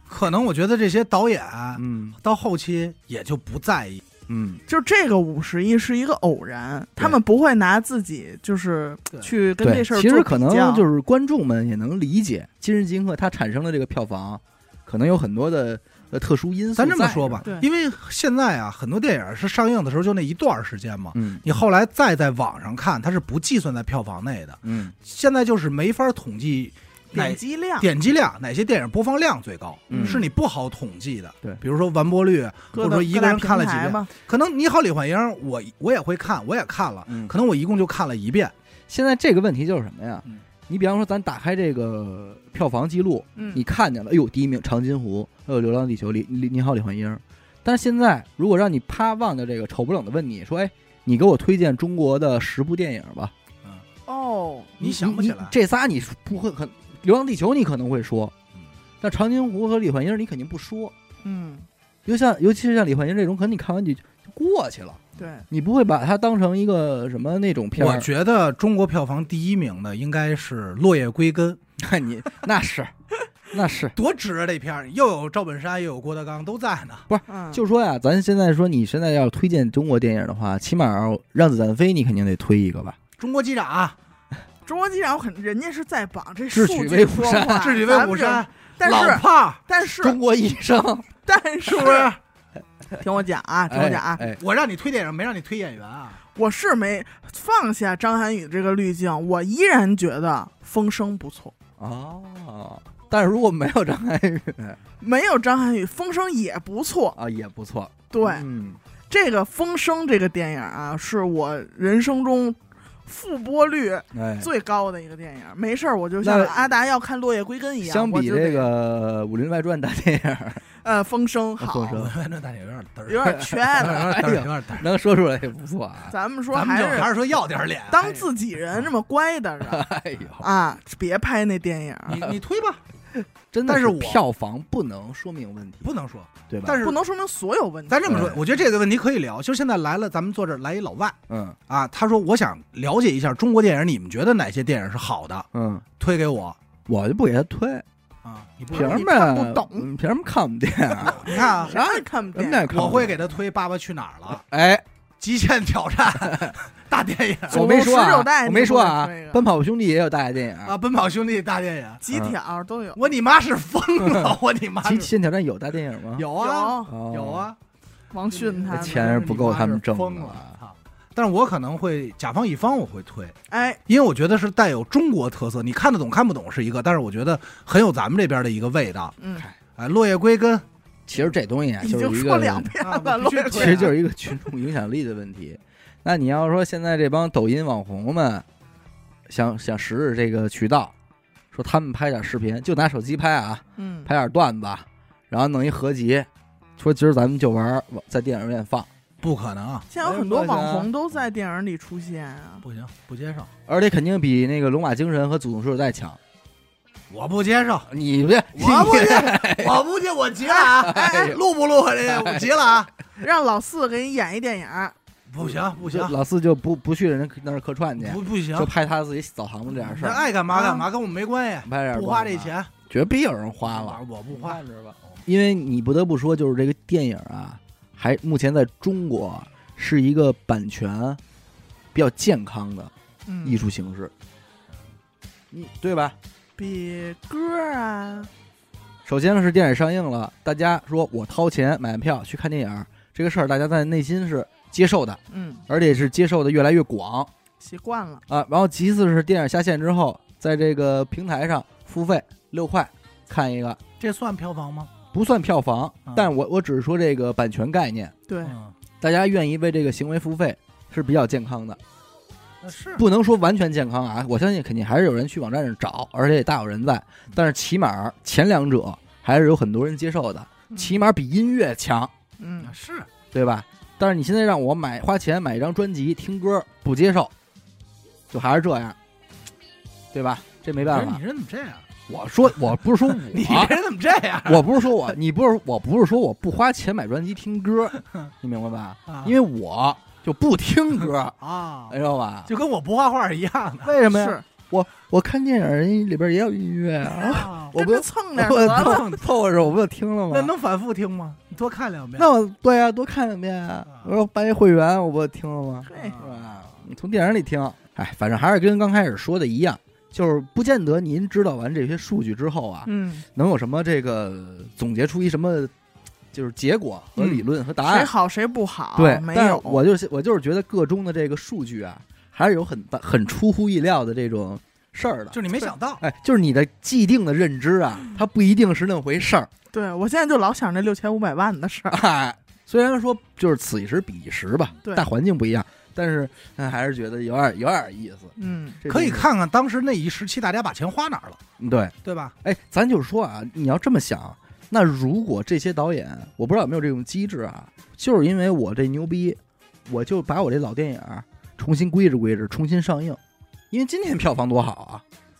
B: 可能我觉得这些导演
A: 嗯
B: 到后期也就不在意，
A: 嗯，
C: 就这个五十亿是一个偶然，他们不会拿自己就是
B: 对
C: 去跟
A: 对，
C: 这事儿
A: 其
C: 做
A: 实
C: 比
A: 可能
C: 较
A: 就是观众们也能理解，今时今刻它产生的这个票房，可能有很多的呃特殊因素。
B: 咱这么说吧
C: 对，
B: 因为现在啊，很多电影是上映的时候就那一段儿时间嘛，
A: 嗯
B: 你后来再在网上看，它是不计算在票房内的。
A: 嗯
B: 现在就是没法统计哪
C: 点击量、
B: 点击量，哪些电影播放量最高，
A: 嗯
B: 是你不好统计的。
A: 对
B: 比如说完播率，
C: 各
B: 我
C: 大
B: 说一个人看了几
C: 各大平台吧，
B: 可能《你好，李焕英》我，我也会看，我也看了，
A: 嗯
B: 可能我一共就看了一遍。
A: 现在这个问题就是什么呀
B: 嗯？
A: 你比方说，咱打开这个票房记录，
C: 嗯，
A: 你看见了，哎呦，第一名《长津湖》，哎呦，《流浪地球》李李你好李焕英。但是现在，如果让你啪忘掉这个，丑不冷的问你说，哎，你给我推荐中国的十部电影吧？
C: 哦，
B: 你想不起来
A: 这仨你不会很，《流浪地球》你可能会说
B: 嗯，
A: 但《长津湖》和李焕英你肯定不说。
C: 嗯，
A: 尤像尤其是像李焕英这种，可能你看完就就过去了，
C: 对，
A: 你不会把它当成一个什么那种片
B: 我
A: 儿。
B: 觉得中国票房第一名的应该是《落叶归根》，
A: 那 你那是那是，
B: 多值啊！这片儿又有赵本山，又有郭德纲，都在呢。
C: 嗯，
A: 就说呀，咱现在说你现在要推荐中国电影的话，起码《让子弹飞》你肯定得推一个吧？
B: 中国机长、啊
C: 中国机长很，人家是在榜，这
A: 智
C: 数
A: 取
C: 据
A: 威虎
C: 说
A: 山
C: 话，
B: 智取
C: 啊咱
B: 威
C: 们
B: 虎
C: 就
B: 山、
C: 但
B: 老
C: 是
B: 炮儿，
C: 但是
A: 中国医生，
C: 但
B: 是不是？
C: 听我讲啊，听我
A: 哎
C: 讲啊，
A: 哎，
B: 我让你推电影，没让你推演员啊。
C: 我是没放下张涵予这个滤镜，我依然觉得风声不错。
A: 哦，但是如果没有张涵予
C: 没有张涵予，风声也不错。
A: 啊，也不错。
C: 对，
A: 嗯，
C: 这个《风声》这个电影啊，是我人生中复播率
A: 哎，
C: 最高的一个电影。没事儿，我就像
A: 那
C: 阿达要看《落叶归根》一样，
A: 相
C: 啊我
A: 比
C: 就得
A: 这个《武林外传》大电影，
C: 呃《风声》好，
A: 啊风
B: 我
A: 声
B: 觉得那大姐有点嘚儿，
C: 有点缺
B: 有
C: 了。
B: 点嘚儿，有点嘚儿。
A: 能说出来也不错啊。
C: 咱们说
B: 咱们
C: 还
B: 就是还是说要点脸，
C: 当自己
A: 嗯
C: 人这么乖的人
A: 哎呦，
C: 啊，别拍那电影，
B: 你你推吧，
A: 真的
B: 但是我
A: 票房不能说明问题，
B: 不能说。
A: 对吧？
B: 但是
C: 不能说明所有问题。
B: 咱这么说
A: 对，
B: 我觉得这个问题可以聊。就是现在来了，咱们坐这儿来一老外
A: 嗯
B: 啊，他说我想了解一下中国电影，你们觉得哪些电影是好的，
A: 嗯，
B: 推给我
A: 我就不给他推，
B: 啊？你不
A: 凭什
C: 你
A: 么
C: 看
A: 呀
C: 不懂
A: 嗯凭什么看我们电影啊？
B: 你看啊，
C: 谁爱看不
A: 人
C: 电
A: 家也
C: 影？
A: 看不懂
B: 我会给他推《爸爸去哪儿了
A: 哎，》
B: 《极限挑战》 大电影
A: 我没说
C: 祖宗十九
A: 啊
C: 代，
A: 我没说啊
C: 你不给推，啊
A: 奔跑吧兄弟也有大电影
B: 啊，，《奔跑兄弟》大电影。
A: 嗯
C: 几条都有，
B: 我你妈是疯了！我你妈
A: 极
B: 是
A: 极限挑战有大电影吗？
B: 有啊
C: 有
A: 哦
B: 有，啊，
C: 王迅他
A: 那
C: 们
A: 钱是不够他们挣的
B: 我觉得你妈是疯了。操但是我可能会甲方乙方，我会推，
C: 哎，
B: 因为我觉得是带有中国特色，你看得懂看不懂是一个，但是我觉得很有咱们这边的一个味道。
C: 嗯，
B: 哎，落叶归根，
A: 其实这东西啊，
C: 已
A: 就
C: 经
A: 是一
C: 说
A: 个，
C: 两遍
B: 啊
C: 了，
B: 我
C: 落
B: 必须
C: 叶
B: 推
A: 其
C: 归
A: 实
C: 根
A: 就是一个群众影响力的问题。那你要说现在这帮抖音网红们想想时日这个渠道，说他们拍点视频，就拿手机拍啊，
C: 嗯，
A: 拍点段子，然后弄一合集，说今儿咱们就玩儿，在电影院放。
B: 不可能啊，
C: 现在有很多网红都在电影里出现啊。
B: 不行，不接受，
A: 而且肯定比那个《龙马精神》和《祖宗十九代》强。
B: 我不接 受，
A: 你别，
B: 我不接，我不接，我急了啊！哎，录不录啊？这个我急了啊！
C: 让老四给你演一电影，
B: 不行，不行，
A: 老四就 不不去人家那儿客串去，
B: 不不行
A: 就，拍他自己澡堂子这点事
B: 人
A: 儿，
B: 爱干嘛干嘛，跟啊我们没关系，
A: 拍点
B: 不花这，钱，
A: 绝逼有人花了。，
B: 我不花。
A: 着吧，因为你不得不说，就是这个电影啊，还目前在中国是一个版权比较健康的
C: 嗯，
A: 艺术形式，你对吧？
C: 比歌啊，
A: 首先呢是电影上映了，大家说我掏钱买票去看电影儿这个事儿，大家在内心是接受的，
C: 嗯，
A: 而且是接受的越来越广
C: 习惯了，
A: 啊。然后其次是电影下线之后，在这个平台上付费六块看一个，
B: 这算票房吗？
A: 不算票房
B: 嗯，
A: 但我我只是说这个版权概念，
C: 对，
B: 嗯，
A: 大家愿意为这个行为付费是比较健康的，
B: 那是
A: 不能说完全健康啊，我相信肯定还是有人去网站上找，而且也大有人在，但是起码前两者还是有很多人接受的，
C: 嗯
A: 起码比音乐强。
C: 嗯
B: 那，是
A: 对吧？但是你现在让我买花钱买一张专辑听歌，不接受，就还是这样，对吧？这没办
B: 不是
A: 法
B: 你。人怎么这样？
A: 我说我不 是说
B: 你
A: 我，
B: 人怎么这样
A: 我不是说我，你不是我不是说我不花钱买专辑听 歌，你明白吧？
B: 啊
A: 因为我就不听歌，
B: 啊
A: 你？知道吧？
B: 就跟我不画画一样的
A: 为什么呀？
C: 是
A: 我看电影人里边也有音乐啊，
B: 啊
A: 我不
C: 跟他蹭点得了，
A: 我不凑合着我不就听了
B: 那
A: 吗？
B: 能反复听吗？你多看两遍。
A: 那我对啊，多看两遍啊
B: 啊！
A: 我说办一会员，我不就听了吗？
B: 哎
C: 对，
A: 是吧？你从电影里听，哎，反正还是跟刚开始说的一样，就是不见得您知道完这些数据之后啊，
C: 嗯，
A: 能有什么这个总结出一什么就是结果和理论和答
C: 嗯谁
A: 案。
C: 好谁不好，
A: 啊对，
C: 没
A: 但是
C: 有，啊
A: 我就是我就是觉得各中的这个数据啊，还是有很大很出乎意料的这种事儿的
B: 就。是你没想到，
A: 哎，就是你的既定的认知啊，
C: 嗯
A: 它不一定是那回事儿。
C: 对我现在就老想这六千五百万的事儿，
A: 哎，虽然说就是此一时彼一时吧，
C: 对
A: 大环境不一样，但是、哎还是觉得有点有点意思。
C: 嗯，
A: 这
B: 可以
A: 东西
B: 看看当时那一时期大家把钱花哪儿了，
A: 对，
B: 对吧？
A: 哎，咱就说啊，你要这么想，那如果这些导演，我不知道有没有这种机制啊，就是因为我这牛逼，我就把我这老电影儿重新规制规制，重新上映，因为今天票房多好啊，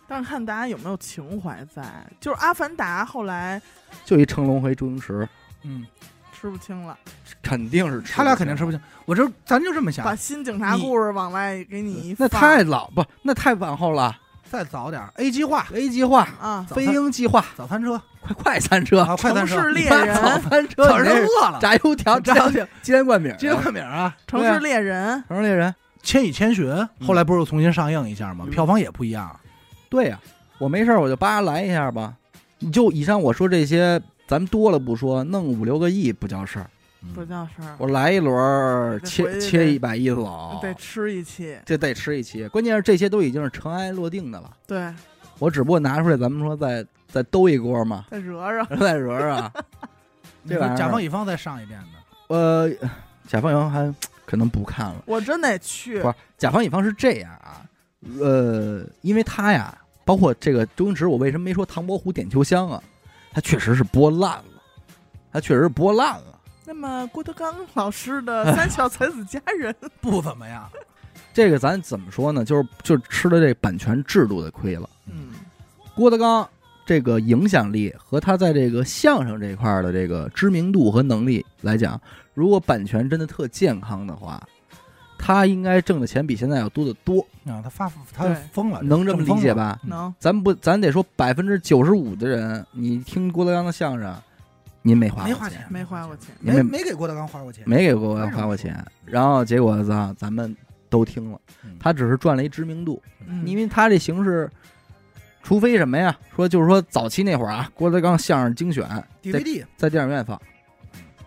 C: 但是看大家有没有情怀在，就是《阿凡达》后来
A: 就一成龙和一周星驰，
B: 嗯，
C: 吃不清了，
A: 肯定是吃
B: 他俩肯定
A: 不
B: 吃不清。我这咱就这么
C: 把
B: 想，
C: 新警察
B: 你
C: 故事往外给你
A: 消。
C: 一
A: 那
C: 放
A: 太老不，那太往后了。
B: 再早点儿 A 计划、
A: A 计划、
C: 啊，
A: 飞鹰计划、
B: 早餐车
A: 快快餐车、
B: 啊，快餐
C: 城
B: 车
C: 市，猎
A: 把
C: 人
A: 早餐车、
B: 早
A: 你
B: 上
A: 这
B: 饿了，
A: 炸油条、
B: 炸
A: 炸鸡蛋灌饼、
B: 接个名啊，
C: 《城
A: 对
C: 市
A: 啊
C: 猎人》
A: 成龙猎人。
B: 《千与千寻》后来不是又重新上映一下吗？
A: 嗯
B: 票房也不一样。
A: 对呀、我没事儿我就叭来一下吧。你就以上我说这些，咱们多了不说，弄五六个亿不叫事儿。
C: 不叫事儿，
A: 我来一轮儿，
C: 得
A: 切
C: 回去
A: 切
C: 得
A: 一百亿走，
C: 得吃一期，
A: 这得吃一期。关键是这些都已经是尘埃落定的了，
C: 对，
A: 我只不过拿出来，咱们说再再兜一锅嘛，
C: 再惹惹，
A: 再惹惹啊。
B: 你
A: 这
B: 说
A: 玩意儿
B: 甲方乙方再上一遍呢，
A: 呃，甲方乙方还可能不看了，
C: 我真得去
A: 不，是甲方乙方是这样啊，呃，因为他呀，包括这个周星驰，我为什么没说唐伯虎点秋香啊？他确实是播烂了，他确实是播烂了。
C: 那么郭德纲老师的《三笑才子佳 人》，
B: 不怎么样。
A: 这个咱怎么说呢？就是就是吃了这版权制度的亏了。
C: 嗯，
A: 郭德纲这个影响力和他在这个相声这块儿的这个知名度和能力来讲，如果版权真的特健康的话，他应该挣的钱比现在要多得多，
B: 啊，他发他
C: 对
B: 疯了，
A: 能这么
B: 中
A: 理
B: 风
A: 解
B: 了？
A: 吧？
B: 嗯
C: 能，
A: 咱不，咱得说百分之九十五的人，你听郭德纲的相声，您没花过
B: 没花
A: 钱，
B: 钱，
C: 没花过，钱，
A: 您
B: 没
A: 没
B: 没给郭德纲花过钱。
A: 没给郭德纲花过钱，然后结果咱咱们都听了，
B: 嗯
A: 他只是赚了一知名度，
C: 嗯，
A: 因为他这形式，除非什么呀？说就是说早期那会儿啊，郭德纲相声精选
B: DVD
A: 在电影院放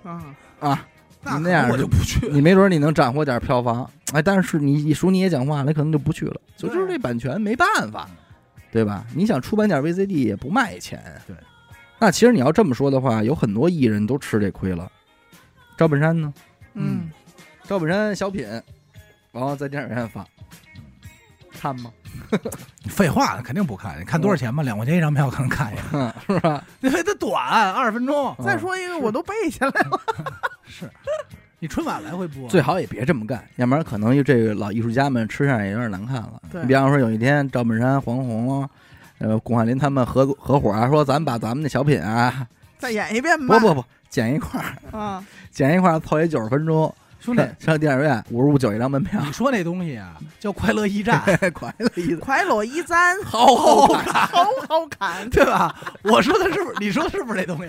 C: 啊，
A: 啊，
B: 那
A: 那样
B: 可能我
A: 是
B: 就不去了。
A: 你没准你能斩获点票房，哎，但是你一说你也讲话，那可能就不去了，就
C: 对
A: 就是这版权没办法，对吧？你想出版点 VCD 也不卖钱，
B: 对。
A: 那其实你要这么说的话，有很多艺人都吃这亏了。赵本山呢？
C: 嗯，
A: 赵本山小品，然后在电影院放，看吗？
B: 废话，肯定不看。你看多少钱吧？两块钱一张票，看看一眼，
A: 是吧？ 嗯
B: 因为它短，二十分钟。
C: 嗯再说一个，我都背下来了。
B: 是你春晚来回播，
A: 最好也别这么干，要不然可能就这个老艺术家们吃相也有点难看了。
C: 对
A: 你比方说有一天赵本山、黄宏，呃，巩汉林他们合合伙啊，说咱们把咱们的小品啊，
C: 再演一遍吧。
A: 不不不，剪一块儿，
C: 啊，
A: 剪一块儿凑一九十分钟，
B: 兄弟
A: 上，上电影院五十五九一张门 票，
B: 你说那东西啊，叫快乐驿 站，
A: 快乐一次，
C: 快乐一赞，
B: 好好看，
C: 好好看
B: 。对吧？我说的是不是？你说的是不是 这东西？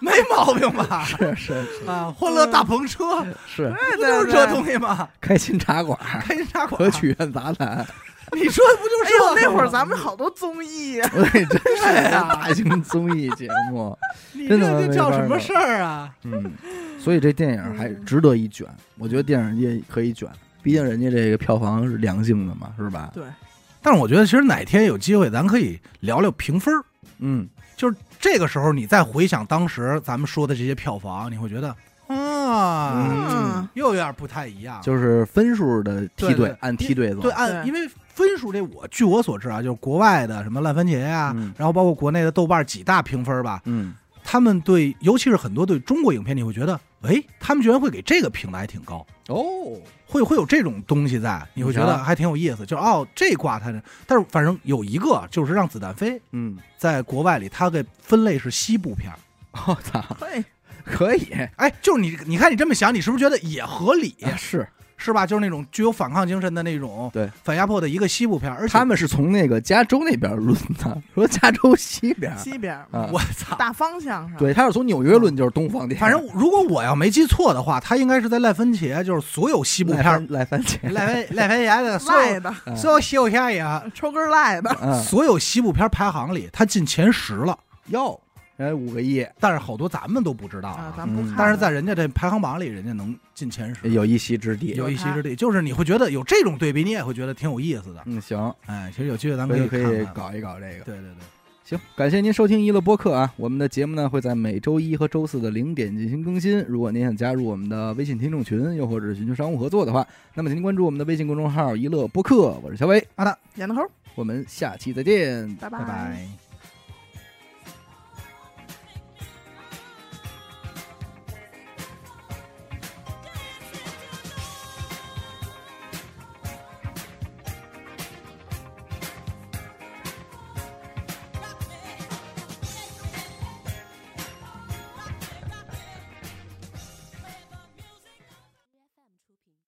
B: 没毛病吧？
A: 是是是
B: 啊，欢乐大篷车，
C: 嗯
A: 是，
C: 对
B: 不就是这东
C: 西。
B: 西吗？
A: 开心茶馆，
B: 开心茶馆
A: 可，曲苑杂谈，
B: 你说的不就
C: 哎
B: 是这
C: 呦，
B: 个
C: 那会儿
B: 吗
C: 咱们好多综艺呀，
A: 我 得真是
B: 对啊
A: 大型综艺节目，
B: 你这
A: 真的没
B: 这叫
A: 法
B: 什么
A: 弄
B: 事儿啊？
A: 嗯，所以这电影还
B: 嗯
A: 值得一卷，我觉得电影界可以卷，毕竟人家这个票房是良性的嘛，是吧？
C: 对，
B: 但是我觉得，其实哪天有机会，咱可以聊聊评分儿。
A: 嗯，
B: 就是这个时候，你再回想当时咱们说的这些票房，你会觉得啊，
C: 嗯，
B: 又有点不太一样。
A: 就是分数的梯
B: 啊对
A: 队
B: 对，
A: 按梯队走。
B: 对，按
C: 对
B: 因为分数这我据我所知啊，就是国外的什么烂番茄呀、
A: 嗯
B: 然后包括国内的豆瓣几大评分吧，
A: 嗯，
B: 他们对，尤其是很多对中国影片，你会觉得，哎，他们居然会给这个评的还挺高。
A: 哦，
B: 会会有这种东西在，你会觉
A: 你
B: 得
A: 瞧
B: 还挺有意思。就是哦，这挂它是，但是反正有一个就是让子弹飞，
A: 嗯，
B: 在国外里它给分类是西部片儿。
A: 我操，
C: 嘿，
A: 可以，
B: 哎，就是你你看你这么想，你是不是觉得也合理？
A: 也是，
B: 是吧？就是那种具有反抗精神的那种，
A: 啊对
B: 反压迫的一个西部片儿。而且
A: 他们是从那个加州那边论的，说加州西边儿
C: 西边儿
A: 啊，
B: 我操，
C: 大方向上，
A: 对，他是从纽约论，就是东方电影，
B: 反正如果我要没记错的话，它应该是在赖芬茄，就是所有西部
A: 赖
B: 片儿
A: 番，赖番 茄，
B: 赖芬赖芬茄的所啊
C: 赖
B: 有
C: 的，
A: 嗯
B: 所有西部片儿啊也，
C: 抽根儿赖的，
A: 嗯，
B: 所有西部片儿排行里，它进前十了。
A: 哟，哎，五个亿，
B: 但是好多咱们都不知道
C: 啊，
B: 啊，
C: 咱不
A: 嗯
C: 看。
B: 但是在人家这排行榜里，人家能进前十，
A: 有一席之地。
B: 有一席之地。就是你会觉得有这种对比，你也会觉得挺有意思的。
A: 嗯，行，
B: 哎，其实有机会咱
A: 回
B: 们
A: 头
B: 可
A: 可
B: 以
A: 以
B: 看看
A: 搞一搞这个。
B: 对对对。
A: 行，感谢您收听娱乐播客啊！我们的节目呢会在每周一和周四的零点进行更新。如果您想加入我们的微信听众群，又或者是寻求商务合作的话，那么请您关注我们的微信公众号“娱乐播客”。我是小伟，
C: 演的猴儿，
A: 我们下期再见。
C: 拜
B: 拜拜。